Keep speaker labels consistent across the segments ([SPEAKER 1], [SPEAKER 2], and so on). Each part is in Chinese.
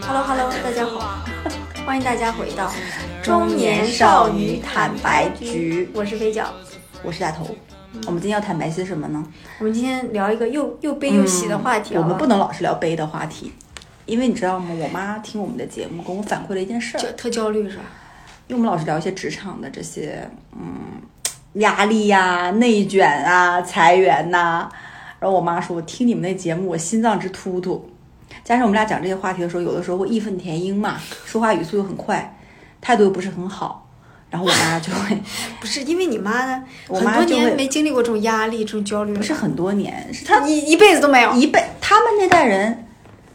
[SPEAKER 1] Hello
[SPEAKER 2] 啊
[SPEAKER 1] Hello，大家好， 欢迎大家回到中年少女坦白局，我是飞脚。
[SPEAKER 2] 我是大头。
[SPEAKER 1] 嗯
[SPEAKER 2] 我们今天要坦白些什么呢？
[SPEAKER 1] 我们今天聊一个又又悲又喜的话题、啊
[SPEAKER 2] 嗯我
[SPEAKER 1] 好吧
[SPEAKER 2] 们不能老是聊悲的话题，因为你知道吗？我妈听我们的节目跟我反馈了一件事儿，
[SPEAKER 1] 就特焦虑是吧？
[SPEAKER 2] 因为我们老是聊一些职场的这些，嗯，压力呀、内卷啊、裁员呐、然后我妈说，我听你们那节目，我心脏直突突。加上我们俩讲这些话题的时候，有的时候会义愤填膺嘛，说话语速又很快，态度又不是很好，然后我妈就会
[SPEAKER 1] 不是因为你妈呢，
[SPEAKER 2] 我
[SPEAKER 1] 很
[SPEAKER 2] 妈
[SPEAKER 1] 多
[SPEAKER 2] 就
[SPEAKER 1] 年
[SPEAKER 2] 会
[SPEAKER 1] 没经历过这种压力、这种焦虑了，
[SPEAKER 2] 不是很多年，是她
[SPEAKER 1] 她一一辈子都没有。
[SPEAKER 2] 一被他们那代人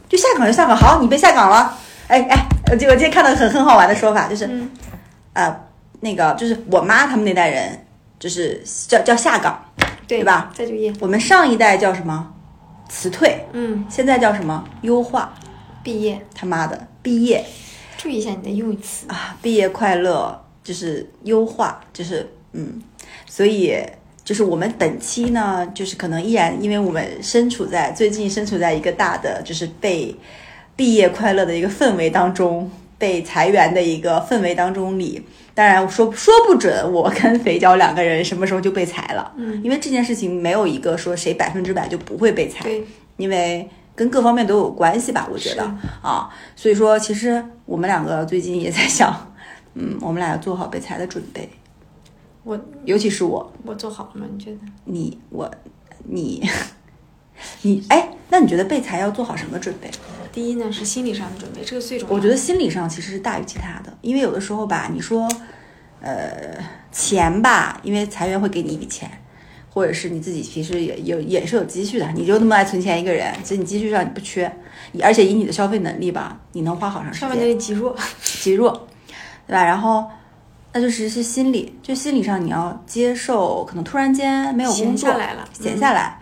[SPEAKER 2] 就下岗就下岗，好，你被下岗了。哎哎，我今我今天看到很很好玩的说法，就是、
[SPEAKER 1] 嗯
[SPEAKER 2] 呃，那个就是我妈他们那代人，就是叫叫下岗。
[SPEAKER 1] 对
[SPEAKER 2] 对吧？
[SPEAKER 1] 再就业，
[SPEAKER 2] 我们上一代叫什么？辞退，
[SPEAKER 1] 嗯，
[SPEAKER 2] 现在叫什么？优化。
[SPEAKER 1] 毕业，
[SPEAKER 2] 他妈的，毕业
[SPEAKER 1] 注意一下你的用词。
[SPEAKER 2] 啊，毕业快乐，就是优化，就是嗯，所以。就是我们本期呢，就是可能依然，因为我们身处在最近身处在一个大的就是被毕业快乐的一个氛围当中，被裁员的一个氛围当中里。当然，我说说不准我跟肥脚两个人什么时候就被裁了，
[SPEAKER 1] 嗯，
[SPEAKER 2] 因为这件事情没有一个说谁百分之百就不会被裁，
[SPEAKER 1] 对，
[SPEAKER 2] 因为跟各方面都有关系吧，我觉得啊，所以说其实我们两个最近也在想， 嗯，我们俩要做好被裁的准备，
[SPEAKER 1] 我
[SPEAKER 2] 尤其是我，
[SPEAKER 1] 我做好了吗？你觉得？
[SPEAKER 2] 你我你 你哎，那你觉得被裁要做好什么准备？
[SPEAKER 1] 第一呢是心理上的准备，这个最重要。
[SPEAKER 2] 我觉得心理上其实是大于其他的，因为有的时候吧，你说，呃，钱吧，因为裁员会给你一笔钱，或者是你自己其实也有也是有积蓄的，你就那么爱存钱一个人，其实你积蓄上你不缺，而且以你的消费能力吧，你能花好长时
[SPEAKER 1] 上
[SPEAKER 2] 间
[SPEAKER 1] 面。那个极弱，
[SPEAKER 2] 极弱，对吧？然后那就是是心理，就心理上你要接受，可能突然间没有工
[SPEAKER 1] 闲
[SPEAKER 2] 作
[SPEAKER 1] 下来了
[SPEAKER 2] 闲下来，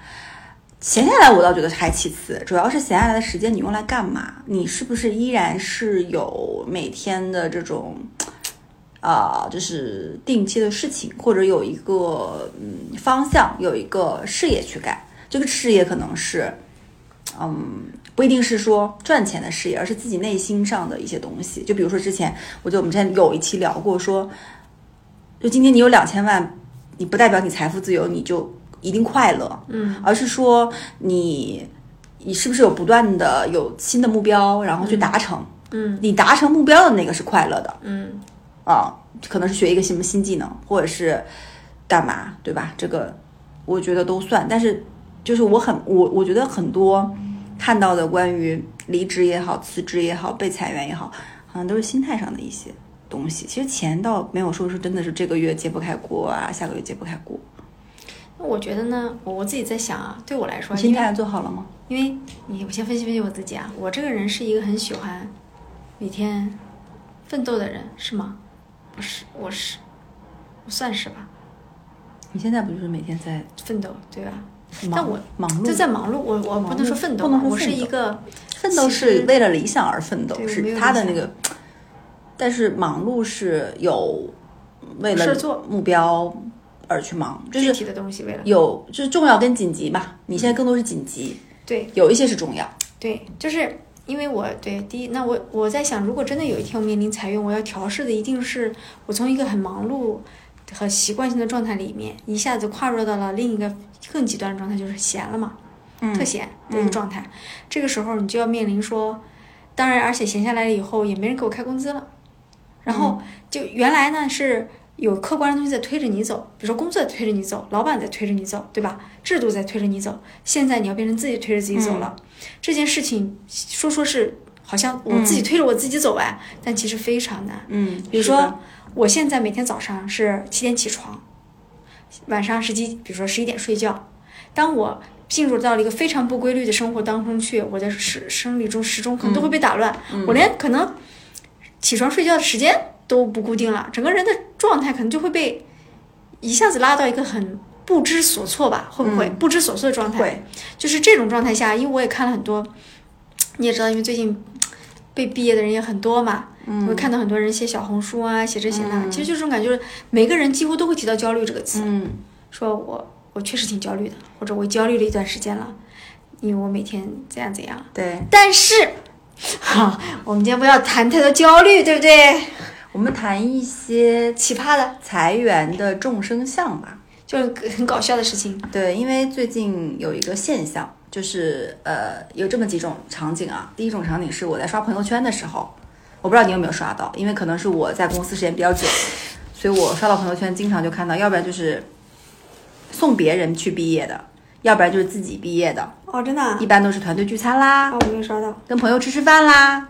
[SPEAKER 2] 闲下来我倒觉得还其次，主要是闲下来的时间你用来干嘛？你是不是依然是有每天的这种？啊、就是定期的事情，或者有一个嗯方向，有一个事业去干。这个事业可能是，嗯，不一定是说赚钱的事业，而是自己内心上的一些东西。就比如说之前，我觉得我们之前有一期聊过说就今天你有两千万，你不代表你财富自由，你就一定快乐，
[SPEAKER 1] 嗯，
[SPEAKER 2] 而是说你你是不是有不断的有新的目标，然后去达成。
[SPEAKER 1] 嗯
[SPEAKER 2] 你达成目标的那个是快乐的，
[SPEAKER 1] 嗯，
[SPEAKER 2] 啊，可能是学一个什么新技能，或者是干嘛，对吧？这个我觉得都算。但是就是我很我我觉得很多看到的关于离职也好、辞职也好、被裁员也好，好像都是心态上的一些东西。其实钱倒没有说是真的是这个月揭不开锅啊，下个月揭不开锅。
[SPEAKER 1] 那我觉得呢，我我自己在想啊，对我来说，
[SPEAKER 2] 你
[SPEAKER 1] 因
[SPEAKER 2] 心
[SPEAKER 1] 为
[SPEAKER 2] 态上做好了吗？
[SPEAKER 1] 因为你，我先分析分析我自己啊。我这个人是一个很喜欢每天奋斗的人，是吗？不是，我是，我算是吧，
[SPEAKER 2] 你现在不就是每天在
[SPEAKER 1] 奋斗对吧？
[SPEAKER 2] 忙
[SPEAKER 1] 但我
[SPEAKER 2] 忙碌，
[SPEAKER 1] 就在忙碌，我我
[SPEAKER 2] 忙
[SPEAKER 1] 不
[SPEAKER 2] 碌
[SPEAKER 1] 能说奋斗
[SPEAKER 2] 不能
[SPEAKER 1] 啊，
[SPEAKER 2] 说
[SPEAKER 1] 我是
[SPEAKER 2] 奋斗
[SPEAKER 1] 一个
[SPEAKER 2] 奋斗
[SPEAKER 1] 其
[SPEAKER 2] 是
[SPEAKER 1] 实
[SPEAKER 2] 为了理想而奋斗，
[SPEAKER 1] 对我没
[SPEAKER 2] 是
[SPEAKER 1] 有
[SPEAKER 2] 他的
[SPEAKER 1] 理
[SPEAKER 2] 那
[SPEAKER 1] 想
[SPEAKER 2] 个，但是忙碌是有为
[SPEAKER 1] 有
[SPEAKER 2] 了
[SPEAKER 1] 事做
[SPEAKER 2] 目标而去忙，就
[SPEAKER 1] 具
[SPEAKER 2] 是
[SPEAKER 1] 体的东西，为了
[SPEAKER 2] 有就是重要跟紧急吧。你现在更多是紧急，
[SPEAKER 1] 对
[SPEAKER 2] 有一些是重要，
[SPEAKER 1] 对，就是因为我对第一，那我我在想，如果真的有一天我面临裁员，我要调试的一定是我从一个很忙碌和习惯性的状态里面，一下子跨入到了另一个更极端的状态，就是闲了嘛。特闲的一个状态。这个时候你就要面临说，当然，而且闲下来了以后也没人给我开工资了，然后就原来呢是。有客观的东西在推着你走，比如说工作在推着你走，老板在推着你走，对吧？制度在推着你走。现在你要变成自己推着自己走了，这件事情说说是好像我自己推着我自己走哎，但其实非常难。
[SPEAKER 2] 嗯，
[SPEAKER 1] 比如
[SPEAKER 2] 是的
[SPEAKER 1] 说，我现在每天早上是七点起床，晚上十几，比如说十一点睡觉。当我进入到了一个非常不规律的生活当中去，我的时生理钟时钟可能都会被打乱，
[SPEAKER 2] 嗯
[SPEAKER 1] 我连可能起床睡觉的时间都不固定了，整个人的状态可能就会被一下子拉到一个很不知所措吧？会不会、
[SPEAKER 2] 嗯
[SPEAKER 1] 不知所措的状态？
[SPEAKER 2] 会
[SPEAKER 1] 就是这种状态下，因为我也看了很多，你也知道，因为最近被毕业的人也很多嘛，嗯、会看到很多人写小红书啊，写这写那，其实就这种感觉，就是每个人几乎都会提到焦虑这个词，
[SPEAKER 2] 嗯
[SPEAKER 1] 说我我确实挺焦虑的，或者我焦虑了一段时间了。因为我每天怎样怎样。
[SPEAKER 2] 对
[SPEAKER 1] 但是，好，我们今天不要谈太多焦虑，对不对？
[SPEAKER 2] 我们谈一些
[SPEAKER 1] 奇葩的，
[SPEAKER 2] 裁员的众生相吧。
[SPEAKER 1] 就是很搞笑的事情。
[SPEAKER 2] 对，因为最近有一个现象，就是呃，有这么几种场景啊。第一种场景是我在刷朋友圈的时候，我不知道你有没有刷到，因为可能是我在公司时间比较久，所以我刷到朋友圈经常就看到，要不然就是送别人去毕业的，要不然就是自己毕业的，
[SPEAKER 1] 哦，真的啊
[SPEAKER 2] 一？般都是团队聚餐啦，
[SPEAKER 1] 啊，我没有刷到。
[SPEAKER 2] 跟朋友吃吃饭啦，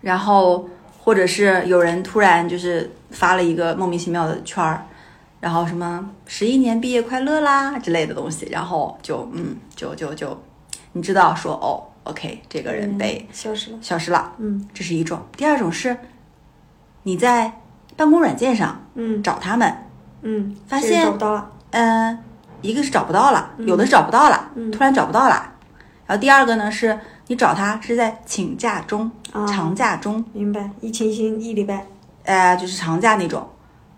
[SPEAKER 2] 然后或者是有人突然就是发了一个莫名其妙的圈儿，然后什么十一年毕业快乐啦之类的东西，然后就嗯，就就就，你知道说哦，OK，这个人被
[SPEAKER 1] 嗯消失了。
[SPEAKER 2] 消失了，
[SPEAKER 1] 嗯
[SPEAKER 2] 这是一种。第二种是你在办公软件上
[SPEAKER 1] 嗯
[SPEAKER 2] 找他们，
[SPEAKER 1] 嗯，
[SPEAKER 2] 发
[SPEAKER 1] 这个
[SPEAKER 2] 现
[SPEAKER 1] 找不到了。
[SPEAKER 2] 嗯，一个是找不到了，有的是找不到了，
[SPEAKER 1] 嗯
[SPEAKER 2] 突然找不到了。然后第二个呢，是你找他是在请假中、
[SPEAKER 1] 啊
[SPEAKER 2] 长假中，
[SPEAKER 1] 明白，疫情一星一礼拜。
[SPEAKER 2] 呃，就是长假那种，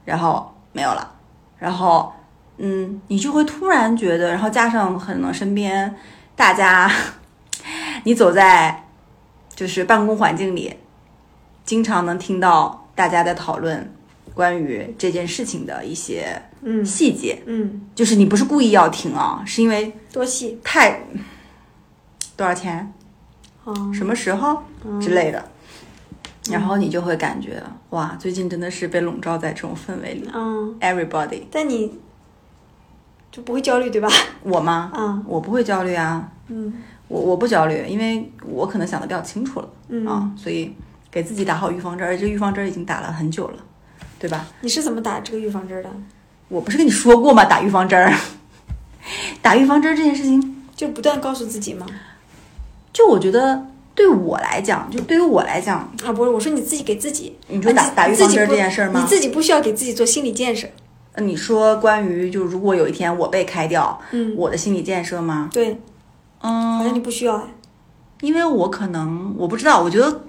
[SPEAKER 2] 然后没有了，然后嗯，你就会突然觉得，然后加上可能身边大家， 你走在就是办公环境里，经常能听到大家在讨论关于这件事情的一些
[SPEAKER 1] 嗯
[SPEAKER 2] 细节，
[SPEAKER 1] 嗯，
[SPEAKER 2] 就是你不是故意要停啊，是因为
[SPEAKER 1] 多细
[SPEAKER 2] 太多少钱、
[SPEAKER 1] 啊
[SPEAKER 2] 什么时候之
[SPEAKER 1] 嗯
[SPEAKER 2] 类的，然后你就会感觉哇，最近真的是被笼罩在这种氛围里。
[SPEAKER 1] 嗯，
[SPEAKER 2] Everybody，
[SPEAKER 1] 但你就不会焦虑对吧？
[SPEAKER 2] 我吗？
[SPEAKER 1] 啊
[SPEAKER 2] 我不会焦虑啊，
[SPEAKER 1] 嗯
[SPEAKER 2] 我我不焦虑，因为我可能想的比较清楚了、
[SPEAKER 1] 嗯，
[SPEAKER 2] 啊，所以给自己打好预防针，而且这预防针已经打了很久了，对吧？
[SPEAKER 1] 你是怎么打这个预防针的？
[SPEAKER 2] 我不是跟你说过吗？打预防针儿， 打预防针儿这件事情
[SPEAKER 1] 就不断告诉自己吗？
[SPEAKER 2] 就我觉得对我来讲，就对于我来讲，
[SPEAKER 1] 啊，不是，我说你自己给自己，
[SPEAKER 2] 你说打
[SPEAKER 1] 啊自
[SPEAKER 2] 打预防
[SPEAKER 1] 自己
[SPEAKER 2] 针儿
[SPEAKER 1] 不
[SPEAKER 2] 这件事儿吗
[SPEAKER 1] 你自己不需要给自己做心理建设。
[SPEAKER 2] 呃你说关于就如果有一天我被开掉，
[SPEAKER 1] 嗯，
[SPEAKER 2] 我的心理建设吗？
[SPEAKER 1] 对，好像
[SPEAKER 2] 嗯，
[SPEAKER 1] 你不需要哎。
[SPEAKER 2] 因为我可能我不知道，我觉得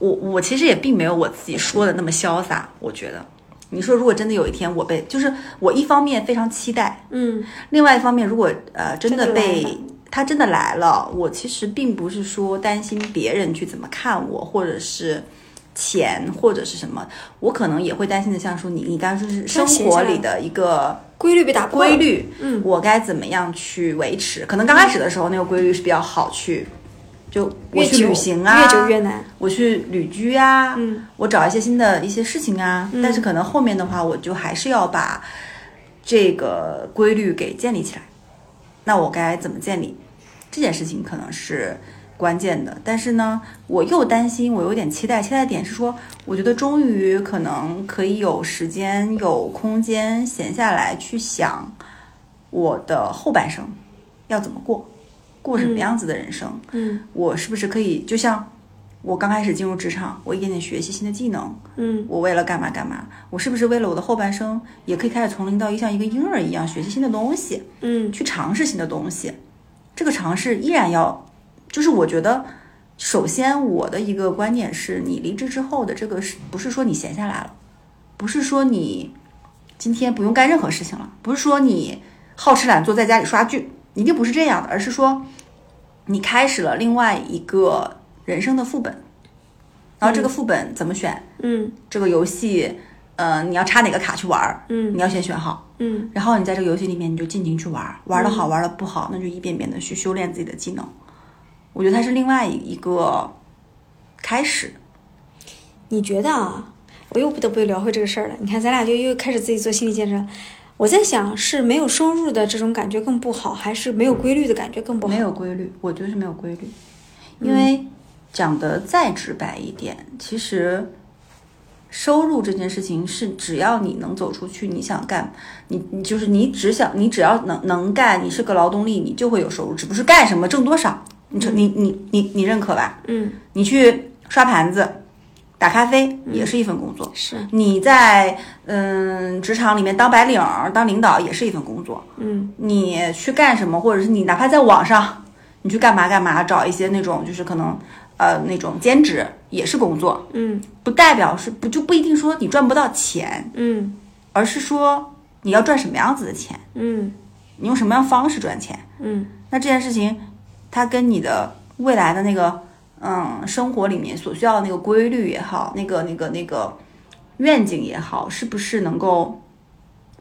[SPEAKER 2] 我我其实也并没有我自己说的那么潇洒。我觉得，你说如果真的有一天我被，就是我一方面非常期待，
[SPEAKER 1] 嗯
[SPEAKER 2] 另外一方面如果呃真的
[SPEAKER 1] 真的来了
[SPEAKER 2] 被。他真的来了，我其实并不是说担心别人去怎么看我，或者是钱，或者是什么，我可能也会担心的，像说你，你刚刚说是生
[SPEAKER 1] 闲下
[SPEAKER 2] 活
[SPEAKER 1] 来
[SPEAKER 2] 里
[SPEAKER 1] 了
[SPEAKER 2] 的一个
[SPEAKER 1] 规律被打破了
[SPEAKER 2] 规，律，
[SPEAKER 1] 嗯
[SPEAKER 2] 我该怎么样去维持？可能刚开始的时候，那个规律是比较好去，就我
[SPEAKER 1] 越
[SPEAKER 2] 去
[SPEAKER 1] 久
[SPEAKER 2] 旅行啊，
[SPEAKER 1] 越久越难。
[SPEAKER 2] 我去旅居啊，
[SPEAKER 1] 嗯，
[SPEAKER 2] 我找一些新的一些事情啊。
[SPEAKER 1] 嗯
[SPEAKER 2] 但是可能后面的话，我就还是要把这个规律给建立起来。那我该怎么建立？这件事情可能是关键的。但是呢，我又担心，我有点期待，期待的点是说，我觉得终于可能可以有时间、有空间闲下来去想我的后半生要怎么过，过什么
[SPEAKER 1] 嗯
[SPEAKER 2] 样子的人生。
[SPEAKER 1] 嗯
[SPEAKER 2] 我是不是可以，就像我刚开始进入职场，我一点点学习新的技能，
[SPEAKER 1] 嗯
[SPEAKER 2] 我为了干嘛干嘛，我是不是为了我的后半生也可以开始从零到一，像一个婴儿一样学习新的东西，
[SPEAKER 1] 嗯
[SPEAKER 2] 去尝试新的东西？这个尝试依然要，就是我觉得，首先我的一个观点是你离职之后的这个是不是说你闲下来了，不是说你今天不用干任何事情了，不是说你好吃懒做在家里刷剧，一定不是这样的，而是说你开始了另外一个人生的副本，然后这个副本怎么选？
[SPEAKER 1] 嗯
[SPEAKER 2] 这个游戏，呃，你要插哪个卡去玩儿，
[SPEAKER 1] 嗯
[SPEAKER 2] 你要先选好，
[SPEAKER 1] 嗯
[SPEAKER 2] 然后你在这个游戏里面你就尽情去玩儿，玩的好，玩的不好，那就一遍遍的去修炼自己的技能。我觉得它是另外一个开始，
[SPEAKER 1] 你觉得啊？我又不得不聊回这个事儿了。你看，咱俩就又开始自己做心理建设。我在想，是没有收入的这种感觉更不好，还是没有规律的感觉更不好？嗯
[SPEAKER 2] 没有规律，我觉得是没有规律，因为讲的再直白一点，其实。收入这件事情是，只要你能走出去，你想干，你你就是你只想，你只要能能干，你是个劳动力，你就会有收入，只不是干什么挣多少，你承你你你你认可吧？
[SPEAKER 1] 嗯，
[SPEAKER 2] 你去刷盘子、打咖啡也是一份工作，
[SPEAKER 1] 是，
[SPEAKER 2] 你在嗯职场里面当白领儿、当领导也是一份工作，
[SPEAKER 1] 嗯
[SPEAKER 2] 你去干什么，或者是你哪怕在网上，你去干嘛干嘛，找一些那种就是可能呃那种兼职也是工作，
[SPEAKER 1] 嗯
[SPEAKER 2] 不代表是不就不一定说你赚不到钱，
[SPEAKER 1] 嗯
[SPEAKER 2] 而是说你要赚什么样子的钱，
[SPEAKER 1] 嗯
[SPEAKER 2] 你用什么样方式赚钱。
[SPEAKER 1] 嗯
[SPEAKER 2] 那这件事情它跟你的未来的那个嗯生活里面所需要的那个规律也好，那个那个那个愿景也好，是不是能够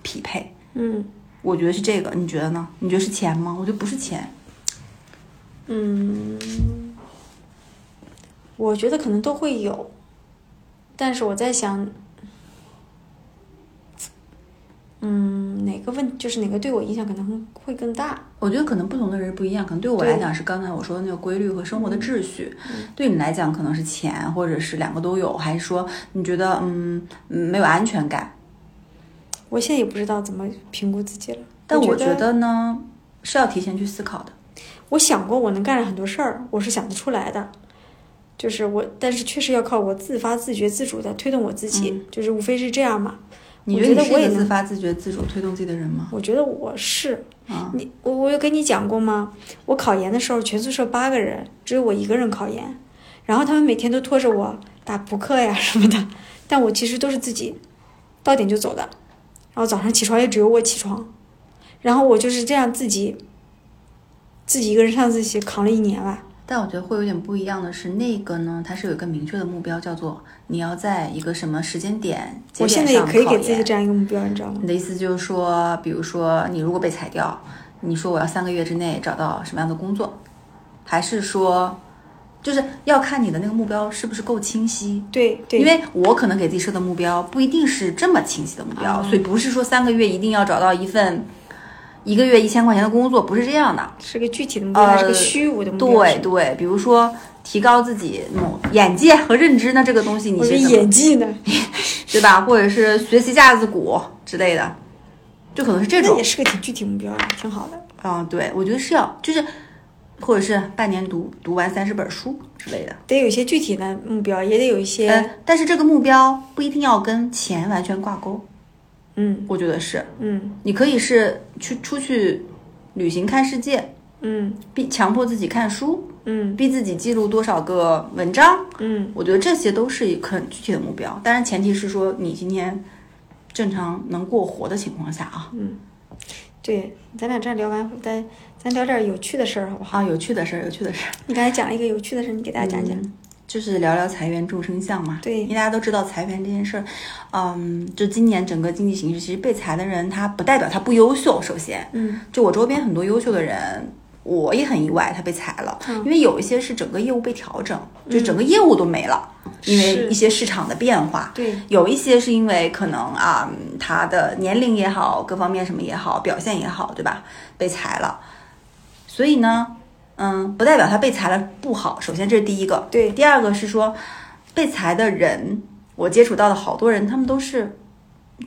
[SPEAKER 2] 匹配？
[SPEAKER 1] 嗯
[SPEAKER 2] 我觉得是这个，你觉得呢？你觉得是钱吗？我觉得不是钱，
[SPEAKER 1] 嗯，我觉得可能都会有，但是我在想，嗯，哪个问就是哪个对我影响可能会更大。
[SPEAKER 2] 我觉得可能不同的人不一样，可能对嗯我来讲是刚才我说的那个规律和生活的秩序，对你来讲可能是钱，或者是两个都有，还是说你觉得嗯嗯没有安全感？
[SPEAKER 1] 我现在也不知道怎么评估自己了。
[SPEAKER 2] 但我
[SPEAKER 1] 我
[SPEAKER 2] 觉得呢是要提前去思考的。
[SPEAKER 1] 我想过我能干很多事儿，我是想得出来的，就是我，但是确实要靠我自发、自觉、自主的推动我自己，就是无非是这样嘛。
[SPEAKER 2] 你
[SPEAKER 1] 我
[SPEAKER 2] 觉
[SPEAKER 1] 觉
[SPEAKER 2] 得
[SPEAKER 1] 得
[SPEAKER 2] 你是
[SPEAKER 1] 我
[SPEAKER 2] 一
[SPEAKER 1] 也
[SPEAKER 2] 个自
[SPEAKER 1] 能
[SPEAKER 2] 发、自觉、自主推动自己的人吗？
[SPEAKER 1] 我觉得我是
[SPEAKER 2] 啊，
[SPEAKER 1] 你我我有跟你讲过吗？我考研的时候，全宿舍八个人，只有我一个人考研，然后他们每天都拖着我打扑克呀什么的，但我其实都是自己到点就走的，然后早上起床也只有我起床，然后我就是这样自己自己一个人上自习扛了一年吧。
[SPEAKER 2] 但我觉得会有点不一样的是，那个呢，它是有一个明确的目标，叫做你要在一个什么时间点、节
[SPEAKER 1] 我现
[SPEAKER 2] 点
[SPEAKER 1] 在也
[SPEAKER 2] 上
[SPEAKER 1] 可以
[SPEAKER 2] 考
[SPEAKER 1] 给自己
[SPEAKER 2] 研。
[SPEAKER 1] 这样一个目标，你知道吗？
[SPEAKER 2] 你的意思就是说，比如说你如果被裁掉，你说我要三个月之内找到什么样的工作，还是说，就是要看你的那个目标是不是够清晰？
[SPEAKER 1] 对对，
[SPEAKER 2] 因为我可能给自己设的目标不一定是这么清晰的目标，
[SPEAKER 1] 啊
[SPEAKER 2] 所以不是说三个月一定要找到一份一个月一千块钱的工作，不是这样的。
[SPEAKER 1] 是个具体的目标，还是个虚无的目标。
[SPEAKER 2] 呃对，对，比如说提高自己某眼界和认知呢，这个东西你
[SPEAKER 1] 我的
[SPEAKER 2] 是怎么
[SPEAKER 1] 演技呢？
[SPEAKER 2] 对吧？或者是学习架子鼓之类的，就可能是这
[SPEAKER 1] 那
[SPEAKER 2] 种
[SPEAKER 1] 也。是个挺具体目标啊，挺好的。
[SPEAKER 2] 嗯，对，我觉得是要就是，或者是半年读读完三十本书之类的。
[SPEAKER 1] 得有一些具体的目标，也得有一
[SPEAKER 2] 呃
[SPEAKER 1] 些，
[SPEAKER 2] 但是这个目标不一定要跟钱完全挂钩，
[SPEAKER 1] 嗯
[SPEAKER 2] 我觉得是，
[SPEAKER 1] 嗯
[SPEAKER 2] 你可以是去出去旅行看世界，
[SPEAKER 1] 嗯
[SPEAKER 2] 逼强迫自己看书，
[SPEAKER 1] 嗯
[SPEAKER 2] 逼自己记录多少个文章，
[SPEAKER 1] 嗯，
[SPEAKER 2] 我觉得这些都是一个很具体的目标，当然前提是说你今天正常能过活的情况下啊
[SPEAKER 1] 对，咱俩这样聊完，咱咱聊点有趣的事儿好不好？
[SPEAKER 2] 啊，有趣的事儿，有趣的事儿，
[SPEAKER 1] 你刚才讲了一个有趣的事儿，你给大家讲讲。
[SPEAKER 2] 嗯就是聊聊裁员众生相嘛。
[SPEAKER 1] 对
[SPEAKER 2] 因为大家都知道裁员这件事儿，嗯，就今年整个经济形势，其实被裁的人他不代表他不优秀，首先，
[SPEAKER 1] 嗯
[SPEAKER 2] 就我周边很多优秀的人。我也很意外，他被裁了，
[SPEAKER 1] 嗯
[SPEAKER 2] 因为有一些是整个业务被调整，就整个业务都没了，因为
[SPEAKER 1] 是
[SPEAKER 2] 一些市场的变化。
[SPEAKER 1] 对，
[SPEAKER 2] 有一些是因为可能啊，嗯他的年龄也好，各方面什么也好，表现也好，对吧？被裁了，所以呢，嗯，不代表他被裁了不好。首先这是第一个，
[SPEAKER 1] 对
[SPEAKER 2] 第二个是说，被裁的人，我接触到的好多人，他们都是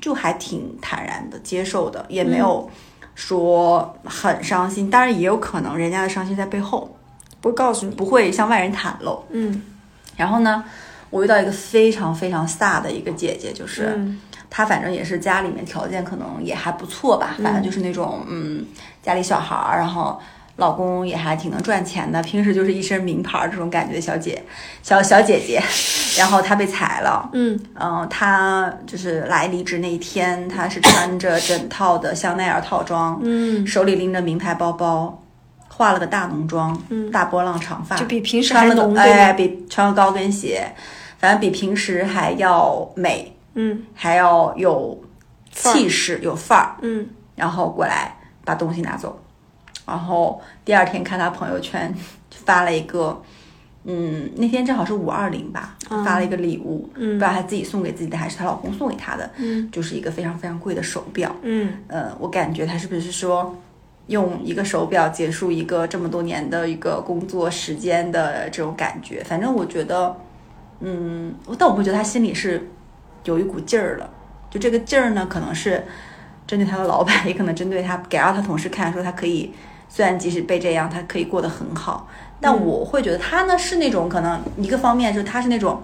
[SPEAKER 2] 就还挺坦然的接受的，也没有说很伤心。当然也有可能人家的伤心在背后，
[SPEAKER 1] 不告诉你。
[SPEAKER 2] 不会向外人袒露。
[SPEAKER 1] 嗯
[SPEAKER 2] 然后呢，我遇到一个非常非常飒的一个姐姐，就是。
[SPEAKER 1] 嗯
[SPEAKER 2] 她反正也是家里面条件可能也还不错吧，反正就是那种嗯，家里小孩儿，然后老公也还挺能赚钱的，平时就是一身名牌儿这种感觉的小姐小小姐姐， 然后她被裁了。
[SPEAKER 1] 嗯
[SPEAKER 2] 嗯，她就是来离职那一天，她是穿着整套的香奈儿套装，
[SPEAKER 1] 嗯，
[SPEAKER 2] 手里拎着名牌包包，化了个大浓妆，
[SPEAKER 1] 嗯
[SPEAKER 2] 大波浪长发，
[SPEAKER 1] 就比平时还
[SPEAKER 2] 穿了
[SPEAKER 1] 浓
[SPEAKER 2] 个
[SPEAKER 1] 对吧
[SPEAKER 2] 哎，比穿个高跟鞋，反正比平时还要美，
[SPEAKER 1] 嗯
[SPEAKER 2] 还要有
[SPEAKER 1] 范儿
[SPEAKER 2] 气势、有范儿，
[SPEAKER 1] 嗯，
[SPEAKER 2] 然后过来把东西拿走。然后第二天看他朋友圈发了一个，嗯，那天正好是五二零吧，
[SPEAKER 1] 嗯
[SPEAKER 2] 发了一个礼物，
[SPEAKER 1] 嗯
[SPEAKER 2] 不知道他自己送给自己的还是她老公送给她的，
[SPEAKER 1] 嗯
[SPEAKER 2] 就是一个非常非常贵的手表。
[SPEAKER 1] 嗯
[SPEAKER 2] 呃，我感觉他是不是说用一个手表结束一个这么多年的一个工作时间的这种感觉？反正我觉得，嗯，我但我会觉得他心里是有一股劲儿了，就这个劲儿呢，可能是针对他的老板，也可能针对他给到他同事看，说他可以。虽然即使被这样，他可以过得很好，但我会觉得他呢是那种可能一个方面就是他是那种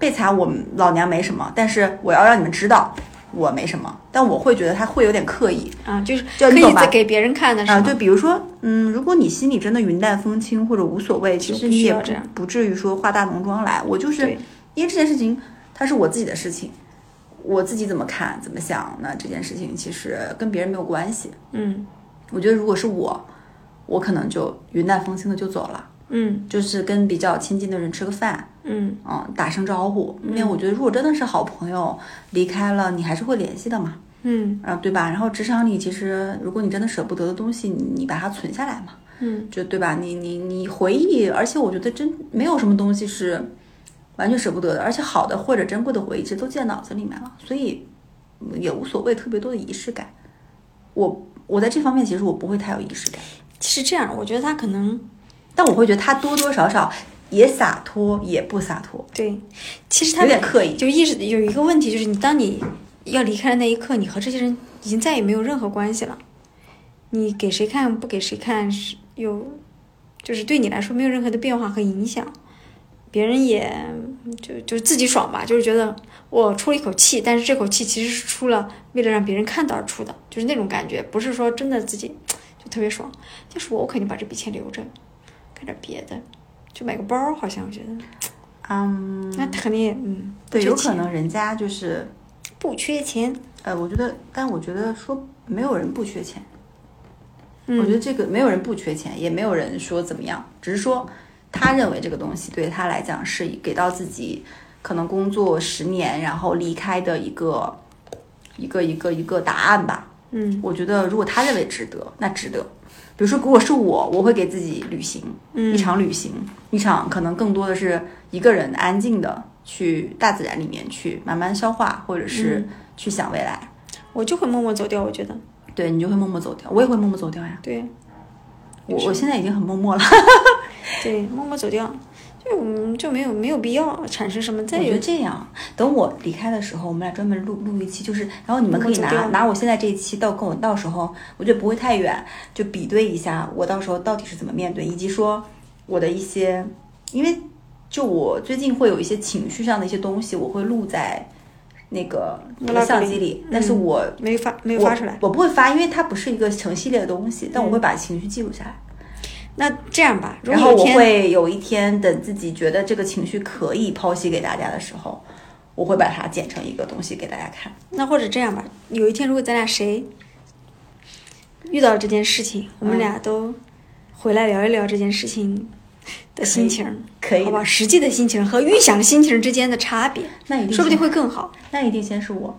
[SPEAKER 2] 被裁我们老娘没什么，但是我要让你们知道我没什么，但我会觉得他会有点刻意
[SPEAKER 1] 啊，就是
[SPEAKER 2] 就
[SPEAKER 1] 可
[SPEAKER 2] 你
[SPEAKER 1] 以
[SPEAKER 2] 懂吧
[SPEAKER 1] 再给别人看的是
[SPEAKER 2] 啊、
[SPEAKER 1] 吗？
[SPEAKER 2] 对，比如说，嗯，如果你心里真的云淡风轻或者无所谓，其
[SPEAKER 1] 就
[SPEAKER 2] 实
[SPEAKER 1] 不
[SPEAKER 2] 你
[SPEAKER 1] 需
[SPEAKER 2] 也
[SPEAKER 1] 要
[SPEAKER 2] 不
[SPEAKER 1] 这样
[SPEAKER 2] 不至于说化大浓妆来。我就是
[SPEAKER 1] 对
[SPEAKER 2] 因为这件事情，它是我自己的事情，我自己怎么看怎么想，那这件事情其实跟别人没有关系。
[SPEAKER 1] 嗯
[SPEAKER 2] 我觉得如果是我，我可能就云淡风轻的就走了，
[SPEAKER 1] 嗯
[SPEAKER 2] 就是跟比较亲近的人吃个饭，
[SPEAKER 1] 嗯
[SPEAKER 2] 嗯，打声招呼。因为我觉得如果真的是好朋友离开了，你还是会联系的嘛，
[SPEAKER 1] 嗯
[SPEAKER 2] 啊，对吧？然后职场里其实如果你真的舍不得的东西，你你把它存下来嘛，
[SPEAKER 1] 嗯
[SPEAKER 2] 就对吧？你你你回忆，而且我觉得真没有什么东西是完全舍不得的，而且好的或者珍贵的回忆，其实都记在脑子里面了，所以嗯也无所谓特别多的仪式感。我我在这方面其实我不会太有仪式感，
[SPEAKER 1] 是这样，我觉得他可能
[SPEAKER 2] 但我会觉得它多多少少也洒脱，也不洒脱，
[SPEAKER 1] 对，其实他
[SPEAKER 2] 有点刻意。
[SPEAKER 1] 就意识有一个问题，就是你当你要离开的那一刻，你和这些人已经再也没有任何关系了。你给谁看不给谁看是有，就是对你来说没有任何的变化和影响，别人也就就自己爽吧，就是觉得我出了一口气，但是这口气其实是出了为了让别人看到而出的，就是那种感觉，不是说真的自己就特别爽。但是我我肯定把这笔钱留着，干点别的，就买个包儿，好像我觉得
[SPEAKER 2] 嗯，
[SPEAKER 1] 那肯定也嗯，
[SPEAKER 2] 对，
[SPEAKER 1] 不缺
[SPEAKER 2] 有可
[SPEAKER 1] 钱
[SPEAKER 2] 能人家就是
[SPEAKER 1] 不缺钱。
[SPEAKER 2] 呃，我觉得，但我觉得说没有人不缺钱，
[SPEAKER 1] 嗯
[SPEAKER 2] 我觉得这个没有人不缺钱，也没有人说怎么样，只是说他认为这个东西对他来讲是给到自己可能工作十年然后离开的一个一个一个一个答案吧。
[SPEAKER 1] 嗯
[SPEAKER 2] 我觉得如果他认为值得，那值得。比如说，如果是我，我会给自己旅行，一
[SPEAKER 1] 嗯
[SPEAKER 2] 场旅行，一场可能更多的是一个人安静的去大自然里面去慢慢消化，或者是去想未来。
[SPEAKER 1] 我就会默默走掉。我觉得，
[SPEAKER 2] 对你就会默默走掉，我也会默默走掉呀。
[SPEAKER 1] 对
[SPEAKER 2] 我我现在已经很默默了，
[SPEAKER 1] 对，默默走掉，就嗯就没有没有必要产生什么再
[SPEAKER 2] 我觉得
[SPEAKER 1] 有
[SPEAKER 2] 这样，等我离开的时候，我们俩专门录录一期，就是，然后你们可
[SPEAKER 1] 我
[SPEAKER 2] 以
[SPEAKER 1] 走掉
[SPEAKER 2] 拿拿我现在这一期到跟我到时候，我觉得不会太远，就比对一下我到时候到底是怎么面对，以及说我的一些，因为就我最近会有一些情绪上的一些东西，我会录在那个我的
[SPEAKER 1] Vlog
[SPEAKER 2] 相
[SPEAKER 1] 里
[SPEAKER 2] 机里
[SPEAKER 1] 嗯，
[SPEAKER 2] 但是我、
[SPEAKER 1] 没发没有
[SPEAKER 2] 我
[SPEAKER 1] 发出来。嗯
[SPEAKER 2] 我不会发，因为它不是一个成系列的东西，但我会把情绪记录下来。
[SPEAKER 1] 那这样吧，如
[SPEAKER 2] 然
[SPEAKER 1] 果有
[SPEAKER 2] 后
[SPEAKER 1] 一
[SPEAKER 2] 我
[SPEAKER 1] 天
[SPEAKER 2] 会有一天等自己觉得这个情绪可以剖析给大家的时候，我会把它剪成一个东西给大家看。
[SPEAKER 1] 那或者这样吧，有一天如果咱俩谁遇到了这件事情，我们
[SPEAKER 2] 嗯
[SPEAKER 1] 俩都回来聊一聊这件事情的心情，
[SPEAKER 2] 可以
[SPEAKER 1] 好吧？实际的心情和预想心情之间的差别，
[SPEAKER 2] 那一定
[SPEAKER 1] 说不定
[SPEAKER 2] 先，
[SPEAKER 1] 会更好
[SPEAKER 2] 那一定先是我。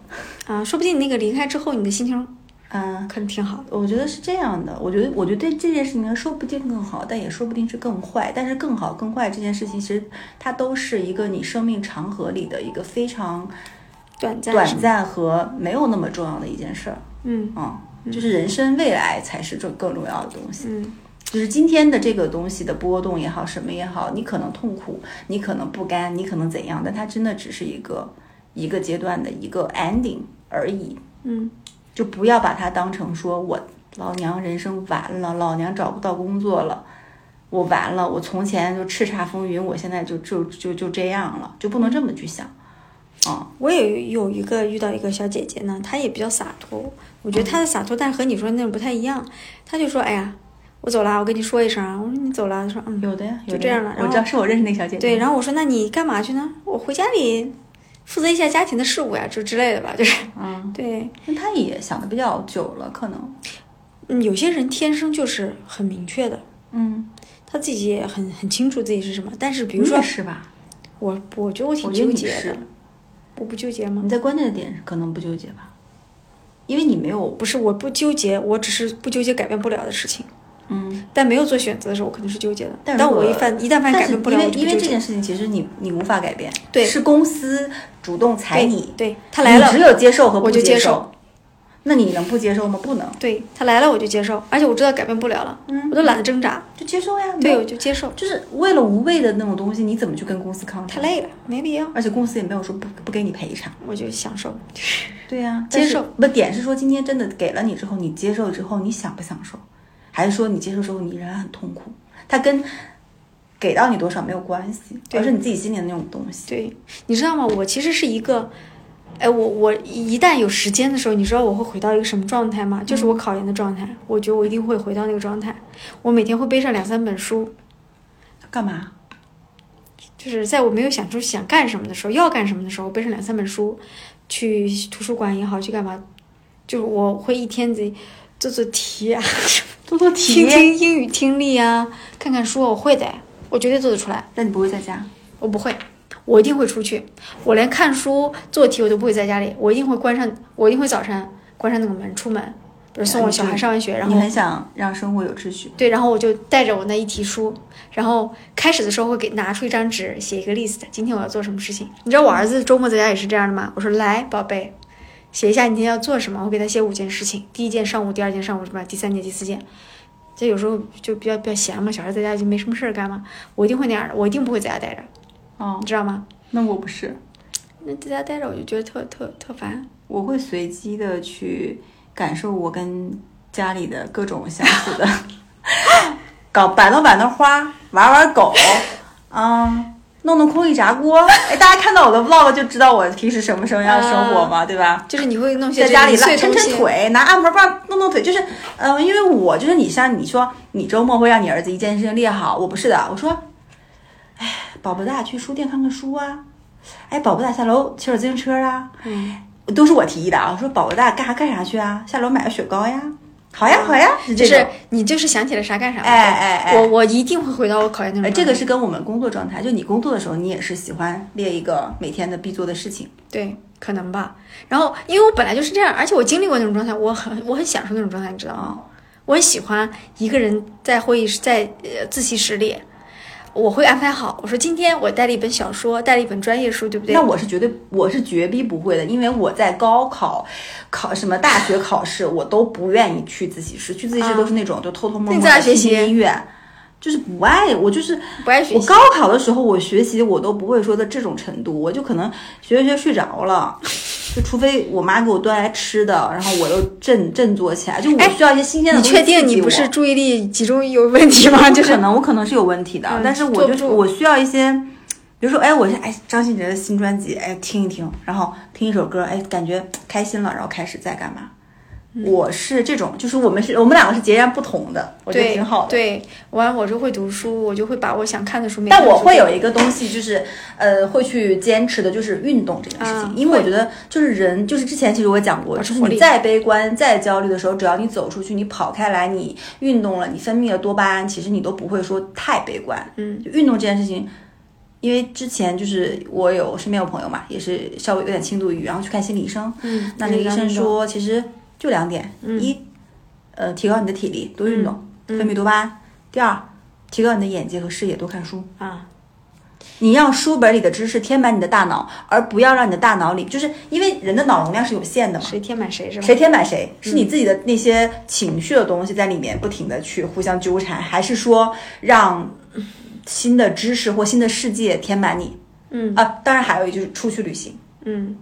[SPEAKER 1] 啊！说不定你那个离开之后，你的心情
[SPEAKER 2] 嗯，
[SPEAKER 1] 可能挺好的。
[SPEAKER 2] 我觉得是这样的。我觉得，我觉得对这件事情说不定更好，但也说不定是更坏。但是更好、更坏这件事情，其实它都是一个你生命长河里的一个非常
[SPEAKER 1] 短暂，
[SPEAKER 2] 短，暂和没有那么重要的一件事儿。
[SPEAKER 1] 嗯
[SPEAKER 2] 嗯，就是人生未来才是重更重要的东西。
[SPEAKER 1] 嗯
[SPEAKER 2] 就是今天的这个东西的波动也好，什么也好，你可能痛苦，你可能不甘，你可能怎样，但它真的只是一个一个阶段的一个 ending 而已，
[SPEAKER 1] 嗯
[SPEAKER 2] 就不要把它当成说我老娘人生完了，老娘找不到工作了，我完了，我从前就叱咤风云，我现在就就就就这样了，就不能这么去想啊、
[SPEAKER 1] 我也有一个遇到一个小姐姐呢，她也比较洒脱，我觉得她的洒脱，但是和你说的那种不太一样。她就说：“哎呀，我走了，我跟你说一声啊。”我说：“你走了？”她说：“嗯。
[SPEAKER 2] 有的呀，
[SPEAKER 1] 就
[SPEAKER 2] 有的呀
[SPEAKER 1] 这样了然后
[SPEAKER 2] 我知道是我认识那个小姐”姐，
[SPEAKER 1] 对，然后我说：“那你干嘛去呢？”我回家里负责一下家庭的事务呀，就之类的吧，就是
[SPEAKER 2] 嗯，
[SPEAKER 1] 对。
[SPEAKER 2] 那她也想的比较久了，可能，
[SPEAKER 1] 嗯，有些人天生就是很明确的，
[SPEAKER 2] 嗯，
[SPEAKER 1] 他自己也很很清楚自己是什么。但是比
[SPEAKER 2] 比
[SPEAKER 1] 如说
[SPEAKER 2] 是吧，
[SPEAKER 1] 我，我觉得我挺
[SPEAKER 2] 嗯我觉得
[SPEAKER 1] 纠
[SPEAKER 2] 你
[SPEAKER 1] 结
[SPEAKER 2] 是
[SPEAKER 1] 的，我不纠结吗
[SPEAKER 2] 你？在关键的点可能不纠结吧，因为你没有
[SPEAKER 1] 不是，我不纠结，我只是不纠结改变不了的事情。
[SPEAKER 2] 嗯，
[SPEAKER 1] 但没有做选择的时候，我肯定是纠结的。
[SPEAKER 2] 但
[SPEAKER 1] 但
[SPEAKER 2] 如果
[SPEAKER 1] 我一犯一旦犯
[SPEAKER 2] 但
[SPEAKER 1] 改变
[SPEAKER 2] 是因
[SPEAKER 1] 不了，
[SPEAKER 2] 为
[SPEAKER 1] 我就
[SPEAKER 2] 因
[SPEAKER 1] 不
[SPEAKER 2] 为
[SPEAKER 1] 纠
[SPEAKER 2] 这
[SPEAKER 1] 结。
[SPEAKER 2] 件事情其实你你无法改变，
[SPEAKER 1] 对
[SPEAKER 2] 是公司主动裁你，
[SPEAKER 1] 对他来了
[SPEAKER 2] 你只，有接受和不
[SPEAKER 1] 我就接
[SPEAKER 2] 受，那你能不接受吗？不能，
[SPEAKER 1] 对他来了我就接受，而且我知道改变不了了，
[SPEAKER 2] 嗯
[SPEAKER 1] 我都懒得挣扎，
[SPEAKER 2] 就接受呀，没
[SPEAKER 1] 对
[SPEAKER 2] 有
[SPEAKER 1] 我就接受。
[SPEAKER 2] 就是为了无谓的那种东西，你怎么去跟公司抗
[SPEAKER 1] 太
[SPEAKER 2] 争？
[SPEAKER 1] 累了，没必要，
[SPEAKER 2] 而且公司也没有说不不给你赔偿，
[SPEAKER 1] 我就享受。
[SPEAKER 2] 对呀、
[SPEAKER 1] 接
[SPEAKER 2] 但是
[SPEAKER 1] 受
[SPEAKER 2] 不点是说今天真的给了你之后，你接受之后你享不享受，还是说你接受之后你仍然很痛苦？它跟给到你多少没有关系，
[SPEAKER 1] 对
[SPEAKER 2] 而是你自己心里的那种东西。
[SPEAKER 1] 对，你知道吗？我其实是一个，哎，我我一旦有时间的时候，你知道我会回到一个什么状态吗？就是我
[SPEAKER 2] 嗯
[SPEAKER 1] 考研的状态，我觉得我一定会回到那个状态。我每天会背上两三本书，
[SPEAKER 2] 干嘛？
[SPEAKER 1] 就是在我没有想出想干什么的时候，要干什么的时候，背上两三本书，去图书馆也好，去干嘛，就是我会一天得做做题啊，
[SPEAKER 2] 多多体
[SPEAKER 1] 听
[SPEAKER 2] 验。
[SPEAKER 1] 听英语听力啊，看看书啊，我会的，我绝对做得出来。
[SPEAKER 2] 但你不会在家，
[SPEAKER 1] 我不会，我一定会出去。我连看书、做题我都不会在家里，我一定会关上，我一定会早晨关上那个门出门，比如送我小孩上完学，然
[SPEAKER 2] 啊你
[SPEAKER 1] 后
[SPEAKER 2] 很想让生活有秩序。
[SPEAKER 1] 对，然后我就带着我那一提书，然后开始的时候会给拿出一张纸写一个 list，今天我要做什么事情。你知道我儿子周末在家也是这样的吗？我说来，宝贝。写一下你今天要做什么，我给他写五件事情，第一件上午，第二件上午什么，第三件、第四件。这有时候就比较比较闲嘛，小孩在家就没什么事儿干嘛，我一定会那样的，我一定不会在家待着，
[SPEAKER 2] 哦
[SPEAKER 1] 你，知道吗？
[SPEAKER 2] 那我不是，
[SPEAKER 1] 那在家待着我就觉得特特特烦。
[SPEAKER 2] 我会随机的去感受我跟家里的各种相似的， 搞摆弄摆弄花，玩玩狗， 嗯，弄弄空气炸锅。哎，大家看到我的 vlog 就知道我平时什么什么样的生活嘛，对吧？
[SPEAKER 1] 就是你会弄些
[SPEAKER 2] 在家里
[SPEAKER 1] 这种
[SPEAKER 2] 拉
[SPEAKER 1] 碎
[SPEAKER 2] 抻
[SPEAKER 1] 东西
[SPEAKER 2] 抻，腿，拿按摩棒弄弄腿，就是，呃，因为我就是你像你说，你周末会让你儿子一件事情列好，我不是的，我说，哎，宝宝咱俩去书店看看书啊，哎，宝宝咱俩下楼骑会儿自行车啊，
[SPEAKER 1] 嗯，
[SPEAKER 2] 都是我提议的啊，我说宝宝咱俩干啥干啥去啊，下楼买个雪糕呀，好呀好呀，
[SPEAKER 1] 就
[SPEAKER 2] 就是
[SPEAKER 1] 你嗯就是想起来啥干啥。
[SPEAKER 2] 哎哎哎
[SPEAKER 1] 我我一定会回到我考研那
[SPEAKER 2] 呃，
[SPEAKER 1] 种。
[SPEAKER 2] 这个是跟我们工作状态，就你工作的时候，你也是喜欢列一个每天的必做的事情。
[SPEAKER 1] 对，可能吧。然后因为我本来就是这样，而且我经历过那种状态，我很我很享受那种状态，你知道吗？我很喜欢一个人在会议室，在呃自习室里。我会安排好，我说今天我带了一本小说，带了一本专业书，对不对？
[SPEAKER 2] 那我是绝对，我是绝逼不会的，因为我在高考、考什么大学考试，我都不愿意去自习室，去自习室都是那种就偷偷摸
[SPEAKER 1] 那
[SPEAKER 2] 摸
[SPEAKER 1] 你在哪
[SPEAKER 2] 的
[SPEAKER 1] 学
[SPEAKER 2] 听
[SPEAKER 1] 习
[SPEAKER 2] 听音乐，就是不爱我，就是
[SPEAKER 1] 不爱学
[SPEAKER 2] 我
[SPEAKER 1] 习
[SPEAKER 2] 高考的时候，我学习我都不会说的这种程度，我就可能学着学着睡 着了，就除非我妈给我端来吃的，然后我又振振作起来，就我
[SPEAKER 1] 哎
[SPEAKER 2] 需要一些新鲜的
[SPEAKER 1] 你
[SPEAKER 2] 东西
[SPEAKER 1] 确
[SPEAKER 2] 刺激我。
[SPEAKER 1] 定你不是注意力集中有问题 吗？ 就
[SPEAKER 2] 可
[SPEAKER 1] 是
[SPEAKER 2] 能我可能是有问题的，
[SPEAKER 1] 嗯
[SPEAKER 2] 但是
[SPEAKER 1] 坐不
[SPEAKER 2] 我就是
[SPEAKER 1] 住
[SPEAKER 2] 我需要一些，比如说，哎，我是哎张信哲的新专辑，哎听一听，然后听一首歌，哎感觉开心了，然后开始再干嘛。
[SPEAKER 1] 嗯
[SPEAKER 2] 我是这种，就是我们是我们两个是截然不同的，我觉得
[SPEAKER 1] 对
[SPEAKER 2] 挺好的。
[SPEAKER 1] 对，完我就会读书，我就会把我想看的书每天
[SPEAKER 2] 但
[SPEAKER 1] 读书。
[SPEAKER 2] 我会有一个东西，就是呃，会去坚持的，就是运动这件事情，
[SPEAKER 1] 嗯
[SPEAKER 2] 因为我觉得就是人，就是之前其实我讲过，
[SPEAKER 1] 保
[SPEAKER 2] 就
[SPEAKER 1] 持
[SPEAKER 2] 是
[SPEAKER 1] 活
[SPEAKER 2] 你
[SPEAKER 1] 力
[SPEAKER 2] 再悲观、再焦虑的时候，只要你走出去，你跑开来，你运动了，你分泌了多巴胺，其实你都不会说太悲观。
[SPEAKER 1] 嗯，
[SPEAKER 2] 就运动这件事情。因为之前就是我有身边有朋友嘛，也是稍微有点轻度抑郁，然后去看心理医生，
[SPEAKER 1] 嗯，
[SPEAKER 2] 那那个医生说，其实就两点：
[SPEAKER 1] 嗯
[SPEAKER 2] 一，呃，提高你的体力，多运动，
[SPEAKER 1] 嗯
[SPEAKER 2] 分泌多巴胺；第二，提高你的眼界和视野，多看书。
[SPEAKER 1] 啊，
[SPEAKER 2] 你让书本里的知识填满你的大脑，而不要让你的大脑里，就是因为人的脑容量是有限的嘛，
[SPEAKER 1] 谁填满谁是吧？
[SPEAKER 2] 谁填满谁，是
[SPEAKER 1] 嗯
[SPEAKER 2] 你自己的那些情绪的东西在里面不停的去互相纠缠，还是说让新的知识或新的世界填满你？
[SPEAKER 1] 嗯
[SPEAKER 2] 啊，当然还有就是出去旅行，
[SPEAKER 1] 嗯，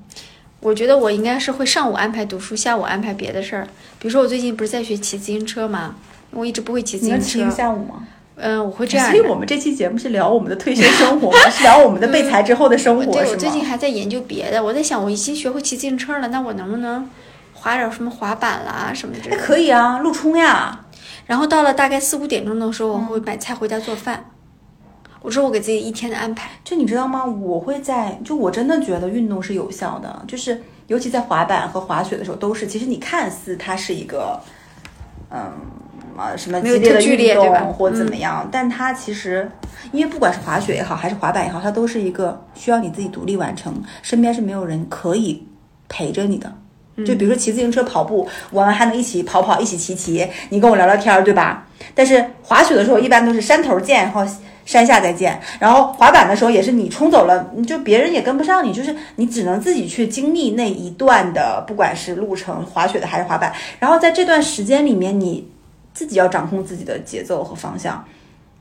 [SPEAKER 1] 我觉得我应该是会上午安排读书，下午安排别的事儿。比如说我最近不是在学骑自行车嘛，我一直不会骑自
[SPEAKER 2] 你能
[SPEAKER 1] 行
[SPEAKER 2] 骑一个
[SPEAKER 1] 车。
[SPEAKER 2] 下午吗？
[SPEAKER 1] 嗯，我会这样
[SPEAKER 2] 所以
[SPEAKER 1] 的。
[SPEAKER 2] 我们这期节目是聊我们的退休生活 吗，是聊我们的被裁之后的生活，
[SPEAKER 1] 嗯对，
[SPEAKER 2] 是
[SPEAKER 1] 我
[SPEAKER 2] 吗？
[SPEAKER 1] 最近还在研究别的，我在想，我已经学会骑自行车了，那我能不能滑点什么滑板啦什么之类
[SPEAKER 2] 哎
[SPEAKER 1] 的？
[SPEAKER 2] 可以啊，路冲呀，
[SPEAKER 1] 然后到了大概四五点钟的时候，我会买菜回家做饭。我说我给自己一天的安排。
[SPEAKER 2] 就你知道吗？我会在，就我真的觉得运动是有效的，就是尤其在滑板和滑雪的时候，都是其实你看似它是一个，嗯啊什么
[SPEAKER 1] 没有
[SPEAKER 2] 激烈的
[SPEAKER 1] 特剧烈
[SPEAKER 2] 运
[SPEAKER 1] 对吧嗯
[SPEAKER 2] 动或怎么样，但它其实因为不管是滑雪也好，还是滑板也好，它都是一个需要你自己独立完成，身边是没有人可以陪着你的。就比如说骑自行车、跑步，我们还能一起跑跑，一起骑骑，你跟我聊聊天儿，对吧？但是滑雪的时候一般都是山头见，然后山下再见。然后滑板的时候也是你冲走了，你就别人也跟不上你，就是你只能自己去经历那一段的，不管是路程、滑雪的还是滑板。然后在这段时间里面，你自己要掌控自己的节奏和方向。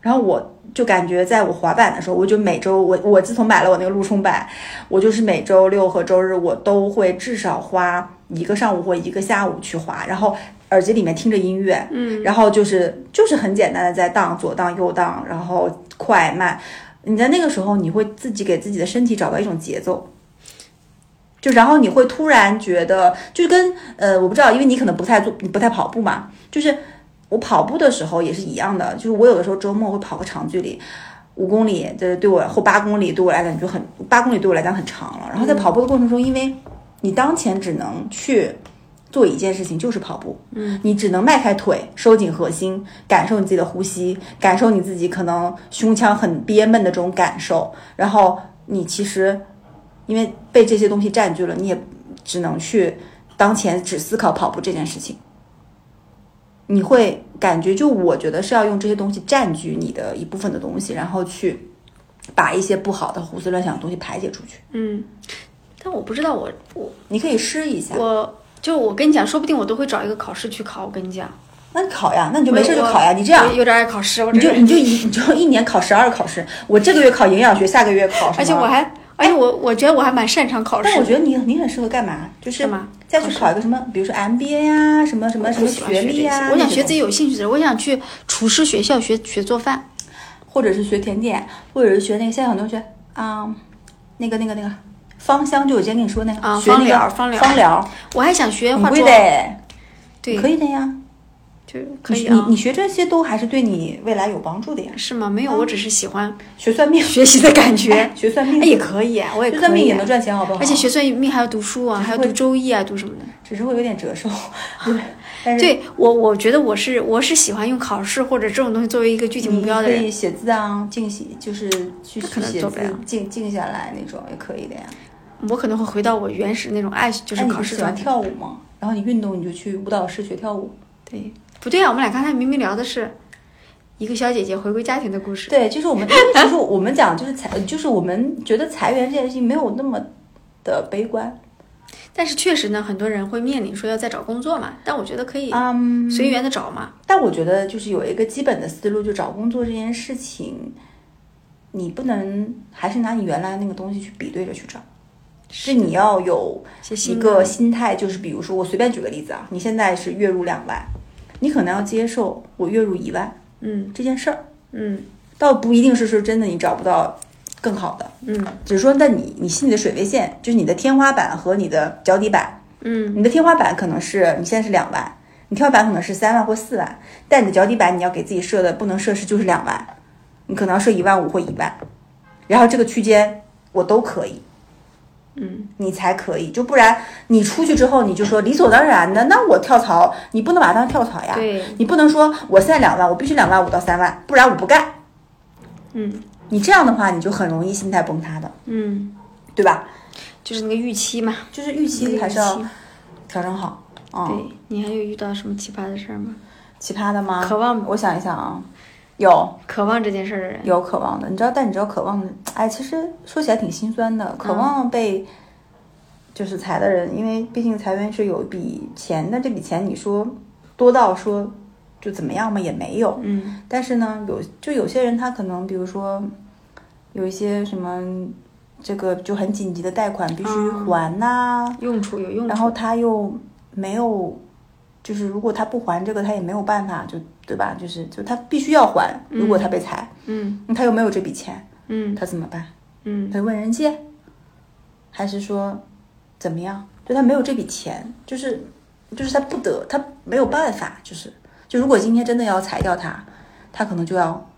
[SPEAKER 2] 然后我就感觉，在我滑板的时候，我就每周我我自从买了我那个路冲板，我就是每周六和周日我都会至少花一个上午或一个下午去滑，然后耳机里面听着音乐，嗯，然后就是就是很简单的在荡左荡右荡，然后快慢，你在那个时候你会自己给自己的身体找到一种节奏。就然后你会突然觉得，就跟呃，我不知道，因为你可能不太做，你不太跑步嘛。就是我跑步的时候也是一样的，就是我有的时候周末会跑个长距离，五公里，这对我或八公里对我来讲就很八公里对我来讲很长了。然后在跑步的过程中，因为你当前只能去做一件事情，就是跑步。嗯，你只能迈开腿，收紧核心，感受你自己的呼吸，感受你自己可能胸腔很憋闷的这种感受。然后你其实因为被这些东西占据了，你也只能去当前只思考跑步这件事情。你会感觉，就我觉得是要用这些东西占据你的一部分的东西，然后去把一些不好的胡思乱想的东西排解出去。
[SPEAKER 1] 嗯，但我不知道我我
[SPEAKER 2] 你可以试一下，
[SPEAKER 1] 我就我跟你讲，说不定我都会找一个考试去考。我跟你讲，
[SPEAKER 2] 那你考呀，那你就没
[SPEAKER 1] 我
[SPEAKER 2] 事就
[SPEAKER 1] 我
[SPEAKER 2] 考呀，你这样
[SPEAKER 1] 我。有点爱考试，我
[SPEAKER 2] 你
[SPEAKER 1] 这
[SPEAKER 2] 就
[SPEAKER 1] 个人
[SPEAKER 2] 你就一你就一年考十二个考试，我这个月考营养学，下个月考什么？
[SPEAKER 1] 而且我，还，而且我我觉得我还蛮擅长考试的。
[SPEAKER 2] 但我觉得你你很适合干嘛？就是
[SPEAKER 1] 干嘛
[SPEAKER 2] 再去考一个什么，比如说 MBA 呀、什么什么什
[SPEAKER 1] 我
[SPEAKER 2] 么
[SPEAKER 1] 喜欢学
[SPEAKER 2] 学
[SPEAKER 1] 这
[SPEAKER 2] 历
[SPEAKER 1] 些
[SPEAKER 2] 呀、
[SPEAKER 1] 我想
[SPEAKER 2] 那
[SPEAKER 1] 学
[SPEAKER 2] 种
[SPEAKER 1] 自己有兴趣的，我想去厨师学校学学做饭。
[SPEAKER 2] 或者是学甜点，或者是学那个现在很多人学啊、那个那个那个芳香，就我之前跟你说那个、
[SPEAKER 1] 啊
[SPEAKER 2] 学那个
[SPEAKER 1] 芳疗
[SPEAKER 2] 芳疗，
[SPEAKER 1] 我还想学
[SPEAKER 2] 你
[SPEAKER 1] 化
[SPEAKER 2] 会
[SPEAKER 1] 妆，
[SPEAKER 2] 的，
[SPEAKER 1] 对，
[SPEAKER 2] 可以的呀。
[SPEAKER 1] 就是可以
[SPEAKER 2] 你
[SPEAKER 1] 啊
[SPEAKER 2] 你，学这些都还是对你未来有帮助的呀。
[SPEAKER 1] 是吗？没有，我只是喜欢
[SPEAKER 2] 学算命，
[SPEAKER 1] 学习的感觉，
[SPEAKER 2] 哎学算命、
[SPEAKER 1] 哎也可以，我也
[SPEAKER 2] 学算
[SPEAKER 1] 可
[SPEAKER 2] 命
[SPEAKER 1] 以啊
[SPEAKER 2] 也，能赚钱，好不好？
[SPEAKER 1] 而且学算命还要读书啊，还要读周易啊，读什么的。
[SPEAKER 2] 只是会有点 折寿，对但是
[SPEAKER 1] 对我，我觉得我是我是喜欢用考试或者这种东西作为一个具体目标的
[SPEAKER 2] 你可
[SPEAKER 1] 人。
[SPEAKER 2] 以写字啊，静写就是去
[SPEAKER 1] 那可
[SPEAKER 2] 去
[SPEAKER 1] 能
[SPEAKER 2] 写
[SPEAKER 1] 做不了
[SPEAKER 2] 字，静静下来那种也可以的呀。
[SPEAKER 1] 我可能会回到我原始那种爱，就
[SPEAKER 2] 就是
[SPEAKER 1] 考试
[SPEAKER 2] 哎喜
[SPEAKER 1] 状
[SPEAKER 2] 欢
[SPEAKER 1] 态
[SPEAKER 2] 跳舞吗？然后你运动你就去舞蹈室学跳舞。
[SPEAKER 1] 对，不对啊，我们俩刚才明明聊的是一个小姐姐回归家庭的故事。
[SPEAKER 2] 对，就是我们，因为其实我们讲就是裁，就是我们觉得裁员这件事情没有那么的悲观。
[SPEAKER 1] 但是确实呢，很多人会面临说要再找工作嘛，但我觉得可以
[SPEAKER 2] 嗯，
[SPEAKER 1] 随缘的找嘛。
[SPEAKER 2] 但我觉得就是有一个基本的思路，就找工作这件事情，你不能还是拿你原来那个东西去比对着去找，是你要有
[SPEAKER 1] 写啊
[SPEAKER 2] 一
[SPEAKER 1] 新
[SPEAKER 2] 个
[SPEAKER 1] 的
[SPEAKER 2] 心态，就是比如说我随便举个例子啊，你现在是月入两万，你可能要接受我月入一万
[SPEAKER 1] 嗯
[SPEAKER 2] 这件事儿，
[SPEAKER 1] 嗯
[SPEAKER 2] 倒不一定是说真的你找不到更好的，
[SPEAKER 1] 嗯
[SPEAKER 2] 只是说在你你心里的水位线，就是你的天花板和你的脚底板，
[SPEAKER 1] 嗯，
[SPEAKER 2] 你的天花板可能是你现在是两万，你天花板可能是三万或四万，但你的脚底板你要给自己设的不能设是就是两万，你可能要设一万五或一万，然后这个区间我都可以，
[SPEAKER 1] 嗯，
[SPEAKER 2] 你才可以，就不然你出去之后你就说理所当然的，那我跳槽你不能把它当跳槽呀，
[SPEAKER 1] 对，
[SPEAKER 2] 你不能说我现在两万，我必须两万五到三万，不然我不干，
[SPEAKER 1] 嗯
[SPEAKER 2] 你这样的话你就很容易心态崩塌的，
[SPEAKER 1] 嗯，
[SPEAKER 2] 对吧？
[SPEAKER 1] 就是那个预期嘛，
[SPEAKER 2] 就是预期还是
[SPEAKER 1] 预
[SPEAKER 2] 要嗯
[SPEAKER 1] 期
[SPEAKER 2] 调整好，嗯。
[SPEAKER 1] 对你还有遇到什么奇葩的事儿吗？
[SPEAKER 2] 奇葩的吗？
[SPEAKER 1] 渴望
[SPEAKER 2] 我想一想啊，有
[SPEAKER 1] 渴望这件事儿的人，
[SPEAKER 2] 有渴望的，你知道，但你知道渴望的，哎，其实说起来挺心酸的。渴望被就是裁的人，因为毕竟裁员是有一笔钱，但这笔钱你说多到说就怎么样嘛，也没有。
[SPEAKER 1] 嗯
[SPEAKER 2] 但是呢，有就有些人他可能，比如说有一些什么这个就很紧急的贷款必须
[SPEAKER 1] 嗯
[SPEAKER 2] 还呐、
[SPEAKER 1] 用处有用
[SPEAKER 2] 然
[SPEAKER 1] 处，
[SPEAKER 2] 后他又没有，就是如果他不还这个，他也没有办法，就对吧？就是就他必须要还，如果他被裁，
[SPEAKER 1] 嗯
[SPEAKER 2] 那他又没有这笔钱，
[SPEAKER 1] 嗯
[SPEAKER 2] 他怎么办？
[SPEAKER 1] 嗯
[SPEAKER 2] 他问人借，还是说怎么样？就他没有这笔钱，就是就是他不得，他没有办法，就是就如果今天真的要裁掉他，他可能就要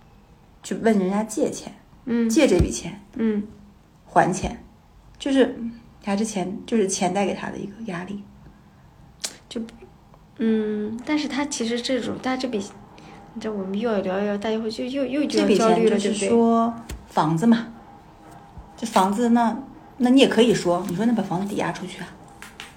[SPEAKER 2] 去问人家借钱，
[SPEAKER 1] 嗯
[SPEAKER 2] 借这笔钱
[SPEAKER 1] 嗯，
[SPEAKER 2] 还钱，就是还是钱，就是钱带给他的一个压力。
[SPEAKER 1] 嗯，但是他其实这种，但这笔，这我们又要聊一聊，大家会就又又觉
[SPEAKER 2] 这
[SPEAKER 1] 得
[SPEAKER 2] 笔
[SPEAKER 1] 焦虑
[SPEAKER 2] 钱
[SPEAKER 1] 了，
[SPEAKER 2] 就
[SPEAKER 1] 对
[SPEAKER 2] 是
[SPEAKER 1] 不对？
[SPEAKER 2] 说房子嘛，这房子那那你也可以说，你说那把房子抵押出去啊，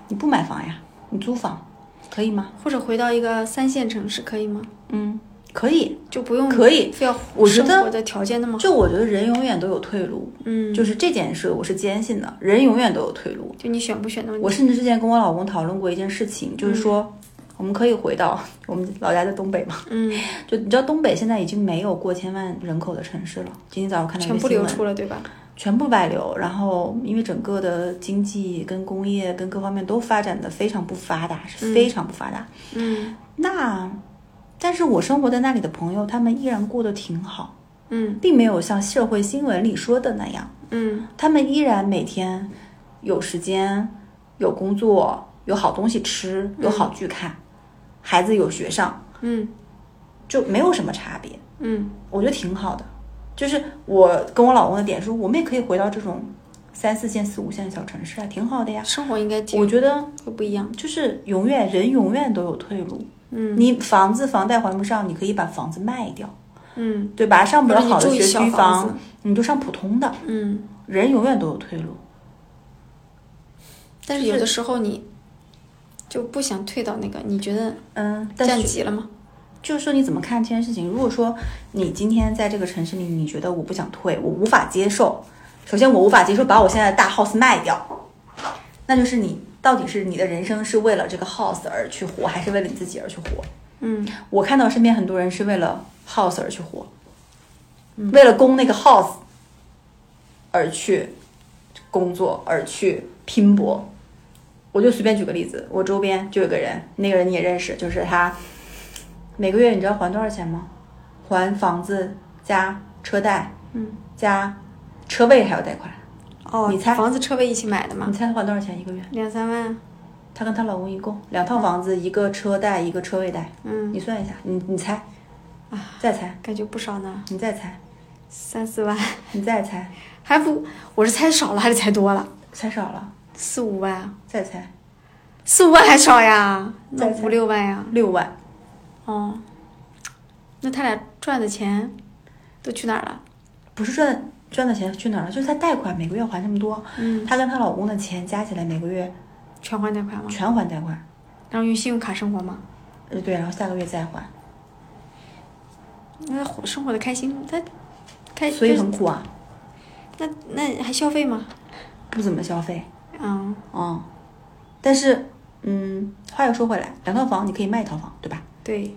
[SPEAKER 2] 你不买房呀，你租房可以吗？
[SPEAKER 1] 或者回到一个三线城市可以吗？
[SPEAKER 2] 嗯，可以。
[SPEAKER 1] 就不用
[SPEAKER 2] 可以
[SPEAKER 1] 非要
[SPEAKER 2] 我觉得
[SPEAKER 1] 生活的条件那么好，
[SPEAKER 2] 就我觉得人永远都有退路，
[SPEAKER 1] 嗯，
[SPEAKER 2] 就是这件事我是坚信的，人永远都有退路。
[SPEAKER 1] 就你选不选的问题。
[SPEAKER 2] 我甚至之前跟我老公讨论过一件事情，
[SPEAKER 1] 嗯
[SPEAKER 2] 就是说我们可以回到 我们老家在东北嘛，
[SPEAKER 1] 嗯，
[SPEAKER 2] 就你知道东北现在已经没有过千万人口的城市了。今天早上看到一
[SPEAKER 1] 全
[SPEAKER 2] 个
[SPEAKER 1] 部
[SPEAKER 2] 新
[SPEAKER 1] 流嗯
[SPEAKER 2] 闻，
[SPEAKER 1] 出了，对吧？
[SPEAKER 2] 全部外流，然后因为整个的经济跟工业跟各方面都发展的非常不发达，是非常不发达。
[SPEAKER 1] 嗯
[SPEAKER 2] 那，但是我生活在那里的朋友，他们依然过得挺好，
[SPEAKER 1] 嗯
[SPEAKER 2] 并没有像社会新闻里说的那样，
[SPEAKER 1] 嗯
[SPEAKER 2] 他们依然每天有时间、有工作、有好东西吃、有好剧看，孩子有学上，
[SPEAKER 1] 嗯
[SPEAKER 2] 就没有什么差别。
[SPEAKER 1] 嗯
[SPEAKER 2] 我觉得挺好的。就是我跟我老公的点是，我们也可以回到这种三四线、四五线的小城市啊，挺好的呀。
[SPEAKER 1] 生活应该挺
[SPEAKER 2] 我觉得
[SPEAKER 1] 会不一样。
[SPEAKER 2] 就是永远人永远都有退路。
[SPEAKER 1] 嗯
[SPEAKER 2] 你房子房贷还不上，你可以把房子卖掉，
[SPEAKER 1] 嗯，
[SPEAKER 2] 对吧？上不了
[SPEAKER 1] 或者你
[SPEAKER 2] 好的
[SPEAKER 1] 住一
[SPEAKER 2] 学
[SPEAKER 1] 小
[SPEAKER 2] 区
[SPEAKER 1] 房
[SPEAKER 2] 房，你就上普通的。
[SPEAKER 1] 嗯，
[SPEAKER 2] 人永远都有退路。
[SPEAKER 1] 但是有的时候你就不想退到那个，你觉得
[SPEAKER 2] 嗯，但
[SPEAKER 1] 站
[SPEAKER 2] 是
[SPEAKER 1] 急了吗？
[SPEAKER 2] 就是说你怎么看这件事情？如果说你今天在这个城市里，你觉得我不想退，我无法接受。首先，我无法接受把我现在的大 house 卖掉，那就是你到底是你的人生是为了这个 house 而去活，还是为了你自己而去活？
[SPEAKER 1] 嗯，
[SPEAKER 2] 我看到身边很多人是为了 house 而去活，为了供那个 house 而去工作，而去拼搏。我就随便举个例子，我周边就有个人，那个人你也认识，就是他每个月你知道还多少钱吗？还房子加车贷，
[SPEAKER 1] 嗯，
[SPEAKER 2] 加车位还有贷款，
[SPEAKER 1] 哦，
[SPEAKER 2] 你猜
[SPEAKER 1] 房子车位一起买的嘛
[SPEAKER 2] 你，猜他还多少钱一个月？
[SPEAKER 1] 两三万，
[SPEAKER 2] 她跟她老公一共两套房子，一个车贷，一个车位贷，
[SPEAKER 1] 嗯啊
[SPEAKER 2] 你算一下，你你猜，再猜，
[SPEAKER 1] 感觉不少呢，
[SPEAKER 2] 你再猜，
[SPEAKER 1] 三四万，
[SPEAKER 2] 你再猜，
[SPEAKER 1] 还不，我是猜少了还是猜多了？
[SPEAKER 2] 猜少了，
[SPEAKER 1] 四五万啊，
[SPEAKER 2] 再猜
[SPEAKER 1] 四五万还少呀，那
[SPEAKER 2] 再猜
[SPEAKER 1] 五六万呀，
[SPEAKER 2] 六万，
[SPEAKER 1] 哦，那他俩赚的钱都去哪儿了？
[SPEAKER 2] 不是赚赚的钱去哪儿了？就是她贷款每个月还这么多，
[SPEAKER 1] 嗯，
[SPEAKER 2] 她跟她老公的钱加起来每个月
[SPEAKER 1] 全还贷款吗？
[SPEAKER 2] 全还贷款，
[SPEAKER 1] 然后用信用卡生活吗？
[SPEAKER 2] 呃对，然后下个月再还，
[SPEAKER 1] 那活生活的开心，他开
[SPEAKER 2] 所以很苦啊，
[SPEAKER 1] 那那还消费吗？
[SPEAKER 2] 不怎么消费，
[SPEAKER 1] 嗯
[SPEAKER 2] 嗯，但是嗯，话又说回来，两套房你可以卖一套房，对吧？，
[SPEAKER 1] 对，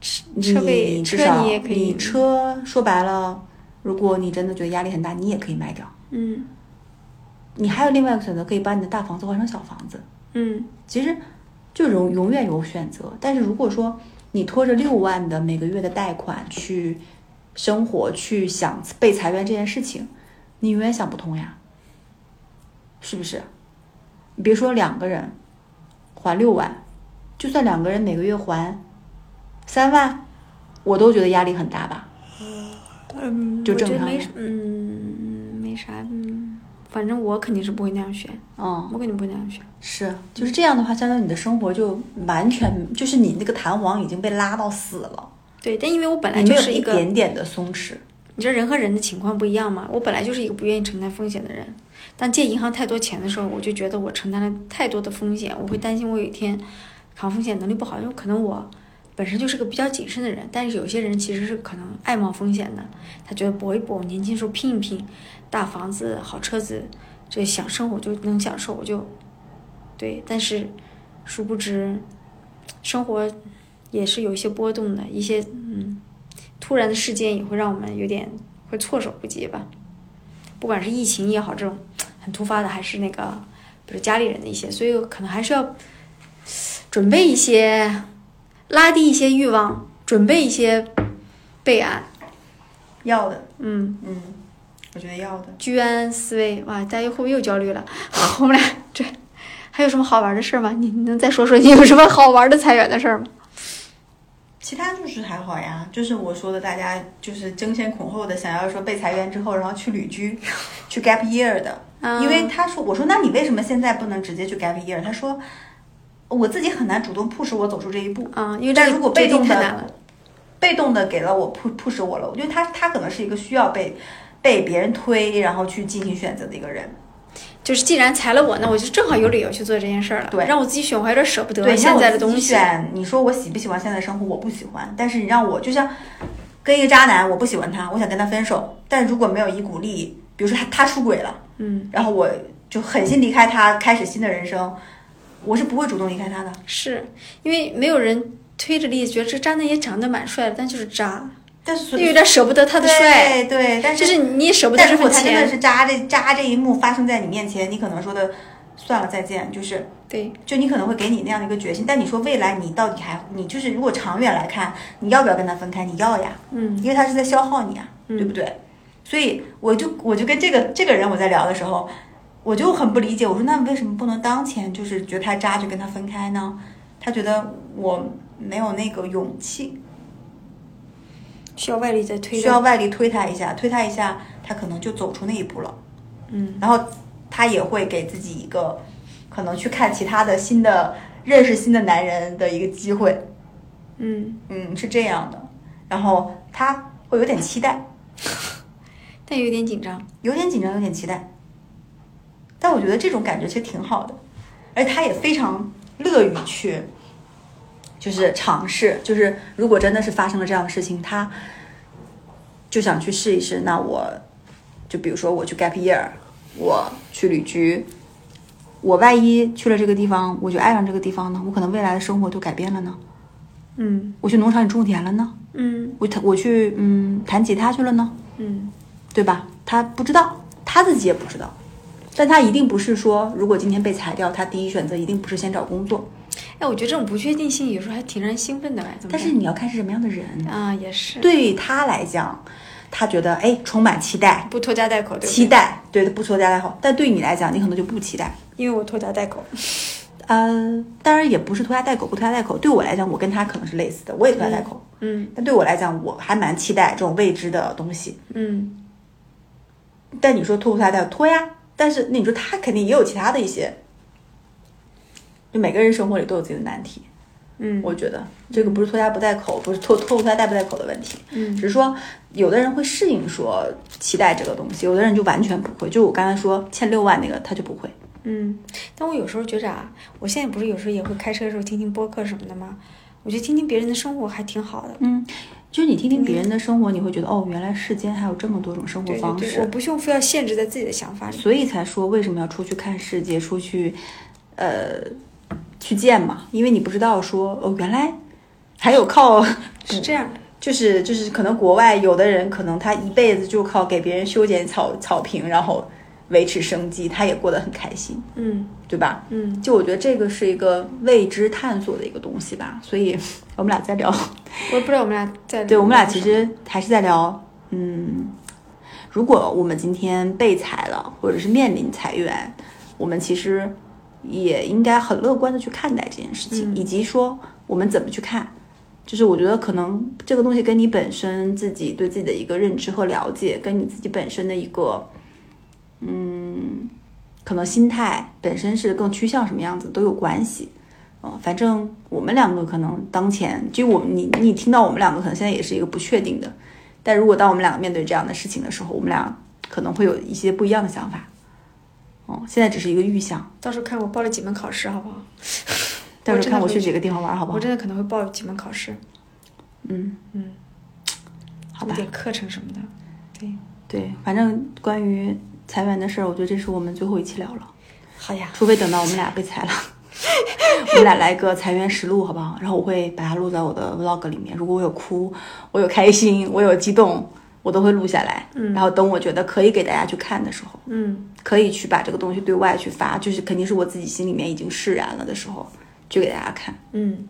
[SPEAKER 1] 车
[SPEAKER 2] 你
[SPEAKER 1] 车位
[SPEAKER 2] 至
[SPEAKER 1] 车
[SPEAKER 2] 少
[SPEAKER 1] 你也可以
[SPEAKER 2] 你，车说白了，如果你真的觉得压力很大，你也可以卖掉。
[SPEAKER 1] 嗯
[SPEAKER 2] 你还有另外一个选择，可以把你的大房子换成小房子。
[SPEAKER 1] 嗯
[SPEAKER 2] 其实就永永远有选择。但是如果说你拖着六万的每个月的贷款去生活，去想被裁员这件事情，你永远想不通呀，是不是？你别说两个人还六万，就算两个人每个月还三万，我都觉得压力很大吧。
[SPEAKER 1] 嗯，
[SPEAKER 2] 就
[SPEAKER 1] 我觉
[SPEAKER 2] 正
[SPEAKER 1] 得
[SPEAKER 2] 常
[SPEAKER 1] 没
[SPEAKER 2] 的
[SPEAKER 1] 什嗯没啥，嗯，反正我肯定是不会那样选，
[SPEAKER 2] 嗯，
[SPEAKER 1] 我肯定不会那样选，
[SPEAKER 2] 是，就是这样的话，相当于你的生活就完全就是你那个弹簧已经被拉到死了，
[SPEAKER 1] 对，但因为我本来
[SPEAKER 2] 你没
[SPEAKER 1] 就
[SPEAKER 2] 有
[SPEAKER 1] 是
[SPEAKER 2] 一
[SPEAKER 1] 个，
[SPEAKER 2] 点点的松弛。
[SPEAKER 1] 你知道人和人的情况不一样嘛，我本来就是一个不愿意承担风险的人，当借银行太多钱的时候，我就觉得我承担了太多的风险，我会担心我有一天扛风险能力不好，因为可能我本身就是个比较谨慎的人，但是有些人其实是可能爱冒风险的，他觉得搏一搏，我年轻时候拼一拼，大房子、好车子，这想生活就能享受，我就对，但是殊不知生活也是有一些波动的，一些嗯突然的事件也会让我们有点会措手不及吧。不管是疫情也好，这种很突发的，还是那个比如家里人的一些，所以可能还是要准备一些，拉低一些欲望，准备一些备案。
[SPEAKER 2] 要的，
[SPEAKER 1] 嗯，
[SPEAKER 2] 嗯，我觉得要的。
[SPEAKER 1] 居安思危，哇，大家会不会又焦虑了？ 我们俩这还有什么好玩的事儿吗？你你能再说说你有什么好玩的裁员的事儿吗？
[SPEAKER 2] 其他就是还好呀，就是我说的，大家就是争先恐后的想要说被裁员之后，然后去旅居，去 gap year 的。
[SPEAKER 1] 嗯
[SPEAKER 2] 因为他说，我说那你为什么现在不能直接去 gap year？他说，我自己很难主动 push 我走出这一步。
[SPEAKER 1] 啊、因为
[SPEAKER 2] 但
[SPEAKER 1] 这个
[SPEAKER 2] 如果被
[SPEAKER 1] 决定
[SPEAKER 2] 动
[SPEAKER 1] 太
[SPEAKER 2] 的
[SPEAKER 1] 难了，
[SPEAKER 2] 被动的给了我 push push 我了，我觉得他他可能是一个需要被被别人推，然后去进行选择的一个人。
[SPEAKER 1] 就是既然裁了我，那我就正好有理由去做这件事儿了。
[SPEAKER 2] 对
[SPEAKER 1] 让我自己选，我还有点舍不
[SPEAKER 2] 对，
[SPEAKER 1] 得
[SPEAKER 2] 你让
[SPEAKER 1] 现
[SPEAKER 2] 我
[SPEAKER 1] 在的
[SPEAKER 2] 自己
[SPEAKER 1] 东西。
[SPEAKER 2] 选，你说我喜不喜欢现在的生活？我不喜欢，但是你让我就像跟一个渣男，我不喜欢他，我想跟他分手，但如果没有一股力，比如说他他出轨了，
[SPEAKER 1] 嗯，
[SPEAKER 2] 然后我就狠心离开他，开始新的人生，我是不会主动离开他的。
[SPEAKER 1] 是因为没有人推着力，觉得这渣男也长得蛮帅的，但就是渣，
[SPEAKER 2] 但
[SPEAKER 1] 就
[SPEAKER 2] 是
[SPEAKER 1] 有点舍不得他的帅，
[SPEAKER 2] 对对，但
[SPEAKER 1] 就是是你也舍不得
[SPEAKER 2] 但
[SPEAKER 1] 这
[SPEAKER 2] 如果
[SPEAKER 1] 份
[SPEAKER 2] 他真的
[SPEAKER 1] 钱。
[SPEAKER 2] 是渣这渣这一幕发生在你面前，你可能说的算了再见，就是
[SPEAKER 1] 对，
[SPEAKER 2] 就你可能会给你那样的一个决心，但你说未来你到底还你就是如果长远来看，你要不要跟他分开？你要呀，
[SPEAKER 1] 嗯
[SPEAKER 2] 因为他是在消耗你啊，
[SPEAKER 1] 嗯
[SPEAKER 2] 对不对？所以我就我就跟这个这个人我在聊的时候，我就很不理解，我说那为什么不能当前就是觉得他渣就跟他分开呢？他觉得我没有那个勇气，
[SPEAKER 1] 需要外力再推着。
[SPEAKER 2] 需要外力推他一下，推他一下，他可能就走出那一步了。
[SPEAKER 1] 嗯，
[SPEAKER 2] 然后她也会给自己一个可能去看其他的新的认识新的男人的一个机会，
[SPEAKER 1] 嗯，
[SPEAKER 2] 嗯，是这样的。然后她会有点期待，
[SPEAKER 1] 但有点紧张。
[SPEAKER 2] 有点紧张，有点期待。但我觉得这种感觉其实挺好的，而且她也非常乐于去，就是尝试。就是如果真的是发生了这样的事情，她就想去试一试。那我就比如说我去 gap year，我去旅居，我万一去了这个地方，我就爱上这个地方呢，我可能未来的生活就改变了呢。
[SPEAKER 1] 嗯
[SPEAKER 2] 我去农场里种田了呢，
[SPEAKER 1] 嗯
[SPEAKER 2] 我弹我去嗯弹吉他去了呢，
[SPEAKER 1] 嗯
[SPEAKER 2] 对吧？他不知道，他自己也不知道，但他一定不是说，如果今天被裁掉，他第一选择一定不是先找工作，
[SPEAKER 1] 哎，我觉得这种不确定性有时候还挺让人兴奋的吧？怎么
[SPEAKER 2] 但
[SPEAKER 1] 讲？
[SPEAKER 2] 是你要看是什么样的人。
[SPEAKER 1] 啊，也是，，
[SPEAKER 2] 对于他来讲，他觉得哎充满期待，
[SPEAKER 1] 不拖家带口，对不对
[SPEAKER 2] 期，待，对不拖家带口。但对于你来讲，你可能就不期待。
[SPEAKER 1] 因为我拖家带口。
[SPEAKER 2] 呃，当然也不是拖家带口，不拖家带口。对我来讲，我跟他可能是类似的，我也拖家带口。
[SPEAKER 1] 嗯
[SPEAKER 2] 但对我来讲，我还蛮期待这种未知的东西。
[SPEAKER 1] 嗯
[SPEAKER 2] 但你说拖不拖带拖呀，但是那你说他肯定也有其他的一些，就每个人生活里都有自己的难题。
[SPEAKER 1] 嗯，
[SPEAKER 2] 我觉得这个不是拖家不带口，不是拖拖不拖带不带口的问题，
[SPEAKER 1] 嗯
[SPEAKER 2] 只是说有的人会适应说期待这个东西，有的人就完全不会。就我刚才说欠六万那个他就不会，
[SPEAKER 1] 嗯，但我有时候觉着啊，我现在不是有时候也会开车的时候听听播客什么的吗？我觉得听听别人的生活还挺好的。
[SPEAKER 2] 嗯，就是你听听别人的生活，你会觉得哦，原来世间还有这么多种生活
[SPEAKER 1] 对对嗯
[SPEAKER 2] 方
[SPEAKER 1] 对，
[SPEAKER 2] 式，
[SPEAKER 1] 我不用非要限制在自己的想法里。
[SPEAKER 2] 所以才说为什么要出去看世界，出去呃去见嘛，因为你不知道说哦，原来还有靠，
[SPEAKER 1] 是这样的，
[SPEAKER 2] 就是就是可能国外有的人可能他一辈子就靠给别人修剪草草坪，然后维持生计，他也过得很开心，
[SPEAKER 1] 嗯
[SPEAKER 2] 对吧？
[SPEAKER 1] 嗯，
[SPEAKER 2] 就我觉得这个是一个未知探索的一个东西吧，所以 我们俩在聊，
[SPEAKER 1] 我也不知道我们俩在
[SPEAKER 2] 对我们俩
[SPEAKER 1] 聊
[SPEAKER 2] 其
[SPEAKER 1] 什么
[SPEAKER 2] 实还是在聊，嗯，如果我们今天被裁了，或者是面临裁员，我们其实也应该很乐观的去看待这件事情，
[SPEAKER 1] 嗯
[SPEAKER 2] 以及说我们怎么去看。就是我觉得可能这个东西跟你本身自己对自己的一个认知和了解，跟你自己本身的一个，嗯，可能心态本身是更趋向什么样子都有关系。嗯，反正我们两个可能当前，就我们你你听到我们两个可能现在也是一个不确定的，但如果当我们两个面对这样的事情的时候，我们俩可能会有一些不一样的想法。哦，现在只是一个预想，
[SPEAKER 1] 到时候看我报了几门考试，好不好？
[SPEAKER 2] 到时
[SPEAKER 1] 真的
[SPEAKER 2] 候看我
[SPEAKER 1] 会
[SPEAKER 2] 去几个地方玩，好不好
[SPEAKER 1] 我？真的可能会报几门考试，
[SPEAKER 2] 嗯，
[SPEAKER 1] 嗯，
[SPEAKER 2] 好
[SPEAKER 1] 有
[SPEAKER 2] 吧。
[SPEAKER 1] 点课程什么的。对，
[SPEAKER 2] 对，反正关于裁员的事儿，我觉得这是我们最后一期聊了，
[SPEAKER 1] 好呀，
[SPEAKER 2] 除非等到我们俩被裁了， 我们俩来个裁员实录，好不好？然后我会把它录在我的 vlog 里面，如果我有哭，我有开心，我有激动，我都会录下来。
[SPEAKER 1] 嗯
[SPEAKER 2] 然后等我觉得可以给大家去看的时候，
[SPEAKER 1] 嗯
[SPEAKER 2] 可以去把这个东西对外去发，就是肯定是我自己心里面已经释然了的时候，就给大家看。
[SPEAKER 1] 嗯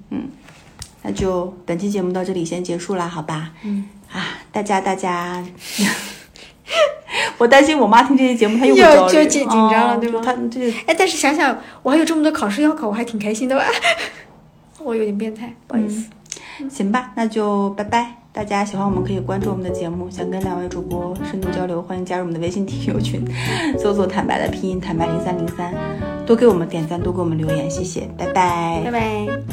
[SPEAKER 2] 那就本期节目到这里先结束啦，好吧？
[SPEAKER 1] 嗯，
[SPEAKER 2] 啊，大家大家， 我担心我妈听这期节目，她又会
[SPEAKER 1] 又
[SPEAKER 2] 焦虑
[SPEAKER 1] 就紧紧张了
[SPEAKER 2] 哦
[SPEAKER 1] 对吗
[SPEAKER 2] 她这
[SPEAKER 1] 哎，但是想想我还有这么多考试要考，我还挺开心的吧？ 我有点变态，不好意思。
[SPEAKER 2] 行吧，那就拜拜。大家喜欢我们可以关注我们的节目，想跟两位主播深度交流，欢迎加入我们的微信听友群， 搜索“坦白”的拼音“坦白零三零三”，多给我们点赞，多给我们留言，谢谢，拜拜
[SPEAKER 1] 拜拜。